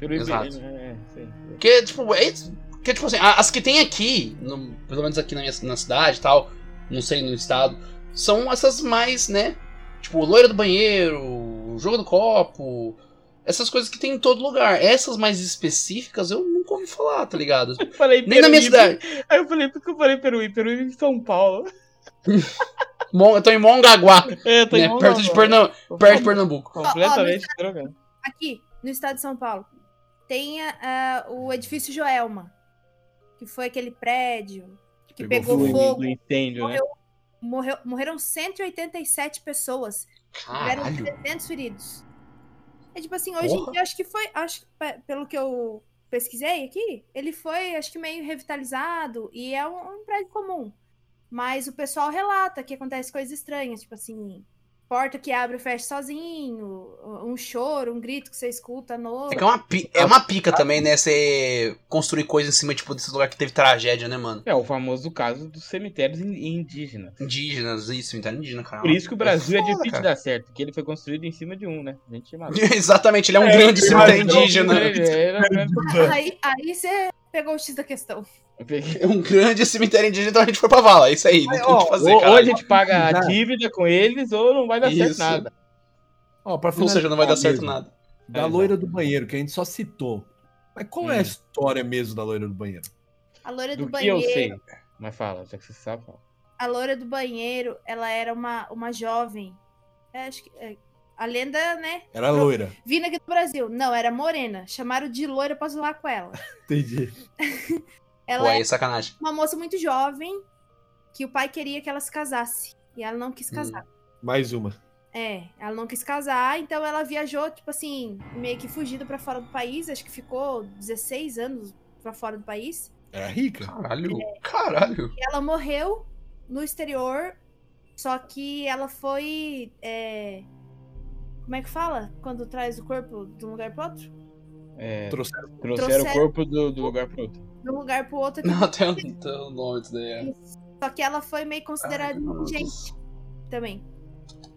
S1: Peruíbe.
S3: Exato.
S1: É, é, sim. (laughs)
S3: Porque, tipo, é isso. Porque, tipo assim, a- as que tem aqui, no- pelo menos aqui na minha na cidade e tal, não sei no estado, são essas mais, né? Tipo, loira do banheiro, o jogo do copo, essas coisas que tem em todo lugar. Essas mais específicas eu nunca ouvi falar, tá ligado?
S1: Eu falei
S3: Nem na minha
S1: Peruíbe.
S3: cidade.
S1: Aí eu falei, por que eu falei Peruíbe? Peruíbe em São Paulo.
S3: Mon- eu tô em Mongaguá,
S1: É, eu tô
S3: né?
S1: em
S3: Perto de,
S1: Rondônia.
S3: Pernam- perto de Pernambuco.
S1: Completamente drogado.
S4: aqui no estado de São Paulo, tem ah, ah, o edifício Joelma, que foi aquele prédio que
S2: Pegou
S4: pegou,
S1: Do-
S4: fogo.
S1: Do incêndio, né?
S4: Morreu- morreram 187 pessoas, tiveram
S3: Caralho.
S4: 300 feridos. É tipo assim, hoje
S3: Porra.
S4: em dia acho que foi, acho que pe- pelo que eu pesquisei aqui, ele foi acho que meio revitalizado e é um, um prédio comum. Mas o pessoal relata que acontece coisas estranhas, tipo assim, Porta que abre e fecha sozinho, um choro, um grito que você escuta à noite.
S3: É que é uma, pi- é uma pica também, né? Você construir coisa em cima, tipo, desse lugar que teve tragédia, né, mano?
S1: É o famoso caso dos cemitérios in- indígenas.
S3: Indígenas, isso, cemitério indígena, cara.
S1: Por isso que o Brasil é, difícil de
S3: cara.
S1: dar certo, porque ele foi construído em cima de um, né? A gente chama.
S3: (laughs) Exatamente, ele é um
S2: É,
S3: grande
S2: eu
S3: cemitério
S2: imagino.
S1: né?
S3: indígena.
S2: um
S4: (laughs) Aí, aí você pegou o X da questão.
S3: É (laughs) um grande cemitério indígena, então a gente foi pra vala. É isso aí, não tem o que fazer,
S1: ou,
S3: cara.
S1: ou a gente paga a
S2: Nada.
S1: dívida com eles, ou não vai dar certo
S3: Isso.
S1: nada.
S2: Ó, pra
S3: Ou seja, não vai dar certo
S2: mesmo,
S3: nada.
S2: Da
S1: É,
S2: loira do banheiro, que a gente só citou. Mas qual é a
S1: Hum.
S2: história mesmo da loira do banheiro?
S4: A loira do,
S1: Do que eu
S4: banheiro.
S1: sei. Mas fala, já que você sabe, fala.
S4: a loira do banheiro, ela era uma, uma jovem. É, acho que. é, a lenda, né?
S2: Era loira.
S4: Vindo aqui do Brasil. Não, era morena. Chamaram de loira pra zoar com ela.
S2: Entendi.
S3: Pô,
S4: Ela
S3: aí é sacanagem.
S4: uma moça muito jovem que o pai queria que ela se casasse. E ela não quis
S3: Hum.
S4: casar.
S2: Mais uma.
S4: É, ela não quis casar, então ela viajou, tipo assim, meio que fugindo pra fora do país. Acho que ficou 16 anos pra fora do país.
S2: Era rica.
S3: Caralho,
S4: (laughs)
S3: caralho.
S4: E ela morreu no exterior, só que ela foi. é, Como é que fala? Quando traz o corpo de um lugar pro outro?
S1: É,
S2: Trouxeram
S1: trouxeram
S4: Trouxeram-
S1: o corpo do, do lugar pro outro.
S4: De um lugar pro
S3: (clears throat)
S4: outro.
S3: Não, até o nome disso daí. é-
S4: Só que ela foi meio
S3: Ai,
S4: considerada
S3: meu
S4: indigente
S3: Deus.
S4: também.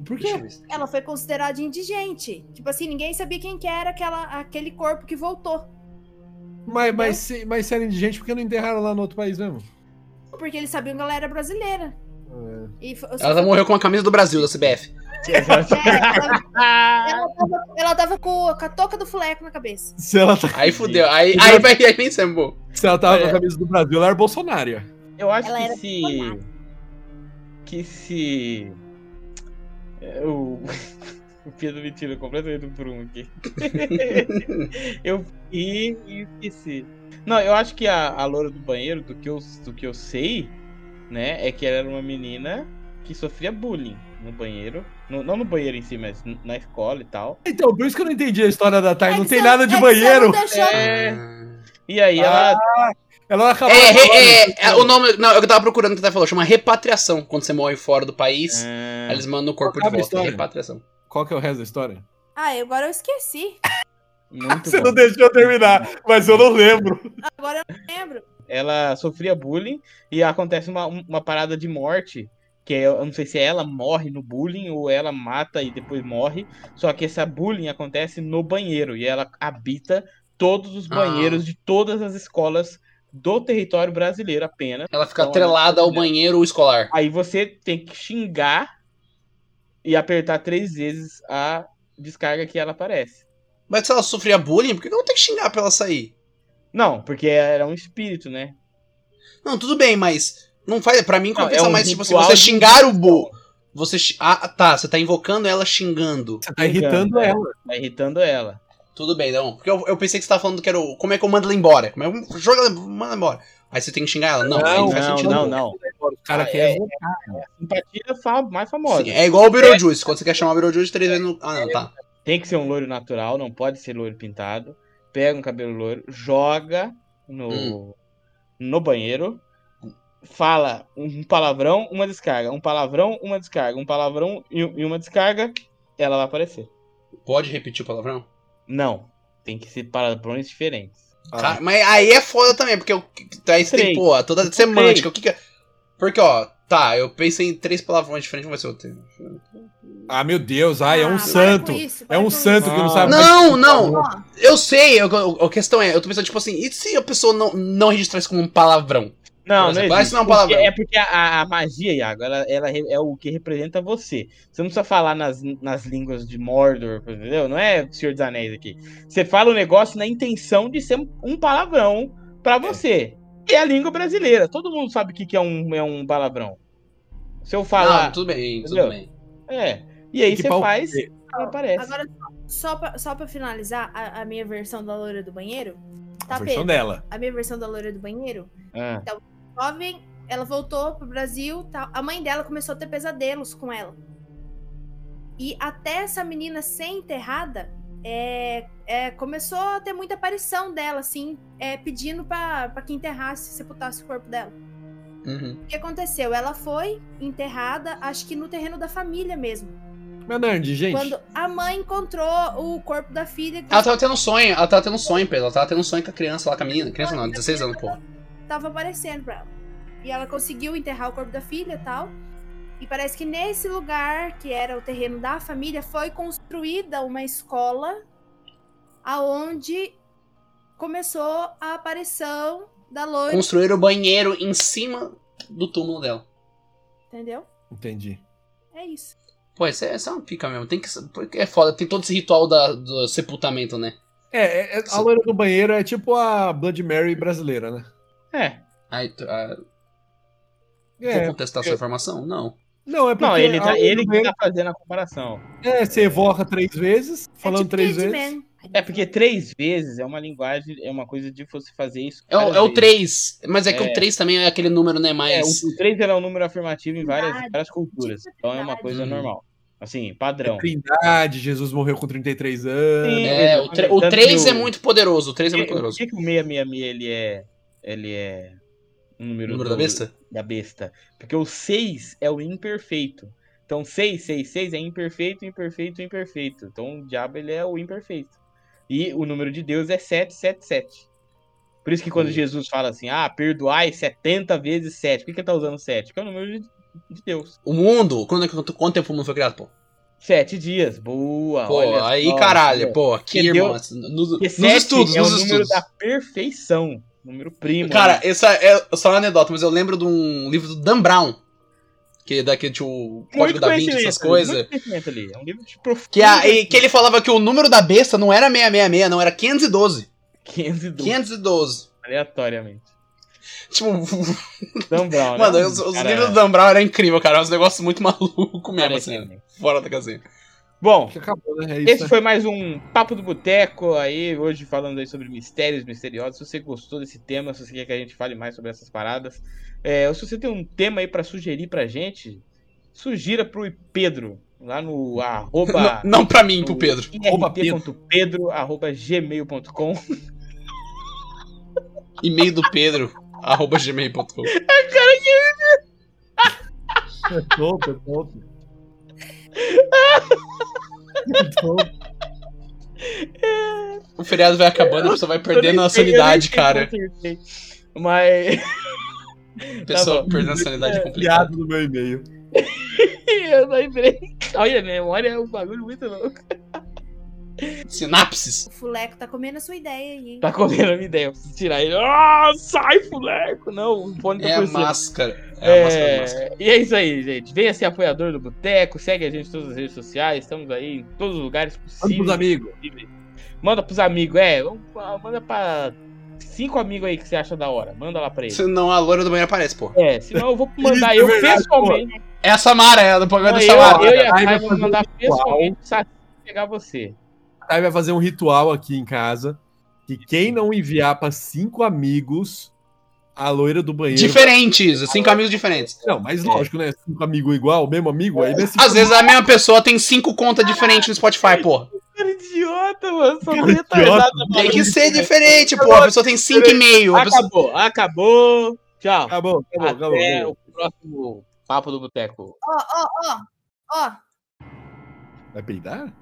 S2: Por
S3: Deixa
S2: quê?
S3: eu ver isso.
S4: Ela foi considerada indigente. Tipo assim, ninguém sabia quem que era aquela, aquele corpo que voltou.
S2: Mas, mas, se, mas se era indigente, por que não enterraram lá no outro país mesmo?
S4: Porque eles sabiam que ela era brasileira. E foi-
S3: Ela já morreu com a camisa do Brasil, da CBF.
S4: (laughs)
S1: (laughs)
S4: (laughs) É, ela, ela tava, ela tava com, com a toca do fuleco na cabeça.
S2: Se ela, tá-
S3: Aí fudeu, aí, aí, vai aí pensamos, pô.
S2: se ela tava com
S1: É.
S2: a camisa do Brasil, ela era bolsonária.
S1: Eu acho
S4: Ela
S1: que
S4: era
S1: se.
S4: formada.
S1: Que se. é, O... (laughs) o Pedro me tirou completamente do prumo
S4: (laughs)
S1: aqui. eu vi e esqueci. Não, eu acho que a, a loura do banheiro, do que, eu, do que eu sei, né, é que ela era uma menina que sofria bullying no banheiro. No- não no banheiro em si, mas n- na escola e tal.
S2: Então, por isso que eu não entendi a história da Thay.
S4: É
S2: não
S4: que
S2: tem
S4: você-
S2: nada de
S4: é que você
S2: banheiro.
S4: não deixou-
S1: É.
S3: Ah.
S1: E aí ela.
S2: Ela acabou.
S3: É, é, é,
S2: falando.
S3: é, o nome. Não, eu tava procurando o que tá falando, chama repatriação. Quando você morre fora do país,
S1: Ah,
S3: aí eles mandam o corpo de
S2: Acaba a
S3: volta.
S2: história.
S3: Repatriação.
S2: Qual que é o resto da história?
S4: Ah, eu- agora eu esqueci.
S1: muito bom.
S2: deixou eu mas eu não lembro.
S4: Agora eu não lembro.
S1: ela sofria bullying e acontece uma, um, uma parada de morte. Que é- eu não sei se ela morre no bullying ou ela mata e depois morre. Só que essa bullying acontece no banheiro e ela habita todos os
S3: Ah.
S1: banheiros de todas as escolas do território brasileiro apenas.
S3: Ela fica
S1: Então,
S3: atrelada ao banheiro escolar.
S1: Aí você tem que xingar e apertar três vezes a descarga que ela aparece.
S3: Mas se ela sofria bullying, por que eu vou ter que xingar pra ela sair?
S1: Não, porque era um espírito, né?
S3: Não, tudo bem, mas. Não faz. Pra mim
S1: Não,
S3: compensa
S1: é um
S3: mais, tipo assim,
S1: ritual
S3: você
S1: de
S3: xingar o Bu. Você. xi- Ah, tá, você tá invocando ela xingando.
S2: Você tá irritando
S1: Engano, é.
S2: ela.
S1: Tá irritando ela.
S3: Tudo bem, não. Porque eu, eu pensei que você tava falando que era o. Como é que eu mando ela embora? Como é que eu jogo ela, mando ela embora? Aí você tem que xingar ela. Não, aí não faz
S1: não,
S3: sentido.
S1: não,
S3: nenhum.
S1: não.
S2: O cara
S1: Ah,
S2: quer.
S1: Simpatia fa- mais famosa.
S3: Sim, é igual o Beetlejuice. Quando você quer chamar o Beetlejuice três vezes no. Ah, não, tá.
S1: Tem que ser um loiro natural, não pode ser loiro pintado. Pega um cabelo loiro, joga no,
S3: Hum.
S1: no banheiro, fala um palavrão, uma descarga, um palavrão, uma descarga, um palavrão e, e uma descarga, ela vai aparecer.
S3: Pode repetir o palavrão?
S1: Não, tem que ser palavrões diferentes.
S3: Cara, mas aí é foda também, porque eu, aí você tem,
S1: Ah. Três.
S3: pô, toda
S1: Três.
S3: semântica. O que que é. Porque, ó, tá, eu pensei em três palavrões diferentes, mas eu tenho.
S2: Ah, meu Deus, ai, é
S4: Ah,
S2: um
S4: para
S2: santo.
S4: com isso, para
S2: É um
S4: com
S2: santo
S4: isso.
S2: que não
S1: Ah.
S2: sabe.
S3: Não, não!
S4: Ó,
S3: Eu sei, eu- eu- a questão é, eu tô pensando, tipo assim, e se a pessoa não, não registrar isso como um palavrão?
S1: Não,
S3: Por
S1: não
S3: exemplo,
S1: existe.
S3: esse não é um
S1: porque,
S3: palavrão.
S1: é porque a, a magia, Iago, ela, ela re- é o que representa você. Você não precisa falar nas, nas línguas de Mordor, entendeu? Não é Senhor dos Anéis aqui. Você fala o negócio na intenção de ser um, um palavrão pra você. Que é a língua brasileira. Todo mundo sabe o que, que é, um, é um palavrão. Se eu
S3: Não,
S1: falar.
S3: tudo bem, tudo
S1: Ah, Entendeu?
S3: bem.
S1: É. E aí
S2: Que
S1: você
S2: pau-
S1: faz,
S3: é.
S1: ela aparece.
S4: Agora, só pra, só pra finalizar a, a minha versão da loira do banheiro.
S2: A
S4: Tá,
S2: versão
S4: Pedro?
S2: dela.
S4: A minha versão da loira do banheiro
S1: Ah,
S4: jovem, ela voltou pro Brasil, tal. a mãe dela começou a ter pesadelos com ela. E até essa menina ser enterrada, é, é, começou a ter muita aparição dela, assim, é, pedindo pra pra que enterrasse, sepultasse o corpo dela.
S3: Uhum.
S4: O que aconteceu? Ela foi enterrada, acho que no terreno da família mesmo.
S2: Mas, Nerd, gente.
S4: Quando a mãe encontrou o corpo da filha. que
S3: Ela tava tendo um sonho, ela tava tendo um sonho, Pedro. Ela tava tendo um sonho com a criança lá, com a menina. Criança não, 16 anos, pô.
S4: tava aparecendo pra ela. E ela conseguiu enterrar o corpo da filha e tal. E parece que nesse lugar, que era o terreno da família, foi construída uma escola aonde começou a aparição da loira,
S3: Construíram o banheiro em cima do túmulo dela.
S4: entendeu?
S2: Entendi.
S4: É isso.
S3: Pô, isso é, isso é uma pica mesmo. Tem que, porque é foda, tem todo esse ritual da, do sepultamento, né?
S2: É, é- é- a loira do banheiro é tipo a Blood Mary brasileira, né?
S1: É.
S3: Aí, tu- ah, vou
S2: É.
S3: contestar sua informação? Não.
S2: Não, é porque.
S1: Não, ele,
S2: a
S1: tá,
S2: loira
S1: ele
S2: do
S1: que
S2: banheiro,
S1: tá fazendo a comparação.
S2: É, você evoca três vezes, falando
S4: é tipo
S2: três vezes.
S4: Candyman.
S1: É porque três vezes é uma linguagem, é uma coisa de você fazer isso.
S3: É o,
S1: várias
S3: é o
S1: vezes.
S3: 3, mas é que
S1: É.
S3: o 3 também é aquele número, né?
S1: É,
S3: Mais.
S1: o, o três era um número afirmativo em várias,
S4: Verdade.
S1: várias culturas. Então é uma
S4: Verdade.
S1: coisa
S3: Uhum.
S1: normal. Assim, padrão.
S2: É Trindade, Jesus morreu com 33 anos.
S1: Sim.
S3: É, o, tre- o
S1: Tanto que
S3: 3 é
S1: o-
S3: muito poderoso. O 3 é
S1: Por
S3: muito
S1: que, por
S3: poderoso.
S1: que que o 666 ele é. Ele é. Um número,
S3: Número
S1: do-
S3: da besta?
S1: da besta. Porque o 6 é o imperfeito. Então 6, 6, 6 é imperfeito, imperfeito, imperfeito. Então o diabo ele é o imperfeito. E o número de Deus é 7, 7, 7. Por isso que quando
S3: Sim.
S1: Jesus fala assim, ah, perdoai 70 vezes 7. Por que que ele tá usando 7? Porque é o número de, de Deus.
S3: O mundo, quando, é que- quanto tempo o mundo foi criado, pô?
S1: 7 dias. Boa.
S3: Pô,
S1: olha
S3: aí
S1: só,
S3: caralho,
S1: entendeu?
S3: pô, aqui,
S1: Entendeu?
S3: irmão. assim, Nos,
S1: Porque
S3: nos
S1: 7
S3: estudos,
S1: é o
S3: nos
S1: número
S3: estudos.
S1: da perfeição. Número primo.
S3: Cara,
S1: né?
S3: essa é só uma anedota, mas eu lembro de um livro do Dan Brown. Que é daquele tipo Código da Vinci, essas coisas.
S1: Muito conhecimento ali. É um livro de profundo.
S3: Que, a, e que
S1: (laughs)
S3: ele falava que o número da besta não era 666, não, era 512.
S1: 512,
S3: 512.
S1: aleatoriamente.
S3: Tipo,
S1: Dan Brown, né?
S3: mano, os, os
S1: Cara,
S3: livros do Dan Brown eram incríveis, cara. Uns negócios muito (laughs) maluco mesmo,
S1: cara,
S3: assim,
S1: cara.
S3: fora da casinha.
S1: Bom,
S2: Acho que acabou, né? É isso, (laughs)
S1: esse
S2: né?
S1: foi mais um Papo do Boteco aí, hoje falando aí sobre mistérios misteriosos. Se você gostou desse tema, se você quer que a gente fale mais sobre essas paradas, é, ou se você tem um tema aí pra sugerir pra gente, sugira pro Pedro, lá no arroba...
S3: Não, não pra mim, pro Pedro.
S2: Arroba
S1: irt.pedro, arroba gmail.com.
S3: E-mail do Pedro, (laughs) arroba gmail.com.
S2: É top, é (laughs) top. É top.
S3: O feriado vai acabando, a pessoa vai perdendo a
S1: sanidade,
S3: sanidade, cara.
S1: é Mas (laughs)
S3: A pessoa
S1: bom.
S3: perdendo a sanidade é complicado.
S2: Piado no meu e-mail.
S1: eu lembrei. Olha, a memória é um bagulho muito louco.
S3: Sinapses.
S4: O Fuleco tá comendo a sua ideia aí. hein?
S1: Tá comendo a minha ideia, eu preciso tirar ele. Ah, sai, fuleco! Não, o fone tá
S3: É a
S1: por cima.
S3: máscara. É a máscara,
S1: É,
S3: a máscara.
S1: E é isso aí, gente. Venha ser apoiador do Boteco, segue a gente em todas as redes sociais, estamos aí em todos os lugares
S2: Manda
S1: possíveis.
S2: pros amigos.
S1: Manda pros amigos, é. vamos- ah, Manda pra cinco amigos aí que você acha da hora. Manda lá pra eles.
S3: Senão a loira do banheiro aparece, pô.
S1: É, senão eu vou mandar
S2: (laughs) Isso é
S1: eu
S2: verdade,
S1: pessoalmente.
S3: É a Samara, é a do programa da
S1: eu,
S3: Samara.
S1: eu e a Kai
S2: Aí vai
S1: vamos
S2: fazer
S1: mandar
S2: um ritual.
S1: pessoalmente o Saci pegar você.
S2: Aí vai fazer um ritual aqui em casa. Que quem não enviar pra cinco amigos, a loira do banheiro.
S3: Diferentes, cinco amigos diferentes.
S2: Não, mas lógico, né? Cinco amigos igual, mesmo amigo, aí não é cinco
S3: Às vezes a mesma pessoa tem cinco contas diferentes no Spotify, pô.
S1: Cara idiota, mano. Só
S2: Cara idiota. retardado,
S3: Tem que ser diferente, pô. A pessoa tem cinco e meio. a pessoa-
S1: Acabou, acabou. Tchau.
S2: Acabou, acabou, acabou.
S1: Até o próximo Papo do Boteco.
S4: Ó, ó, ó. Ó.
S2: Vai peidar?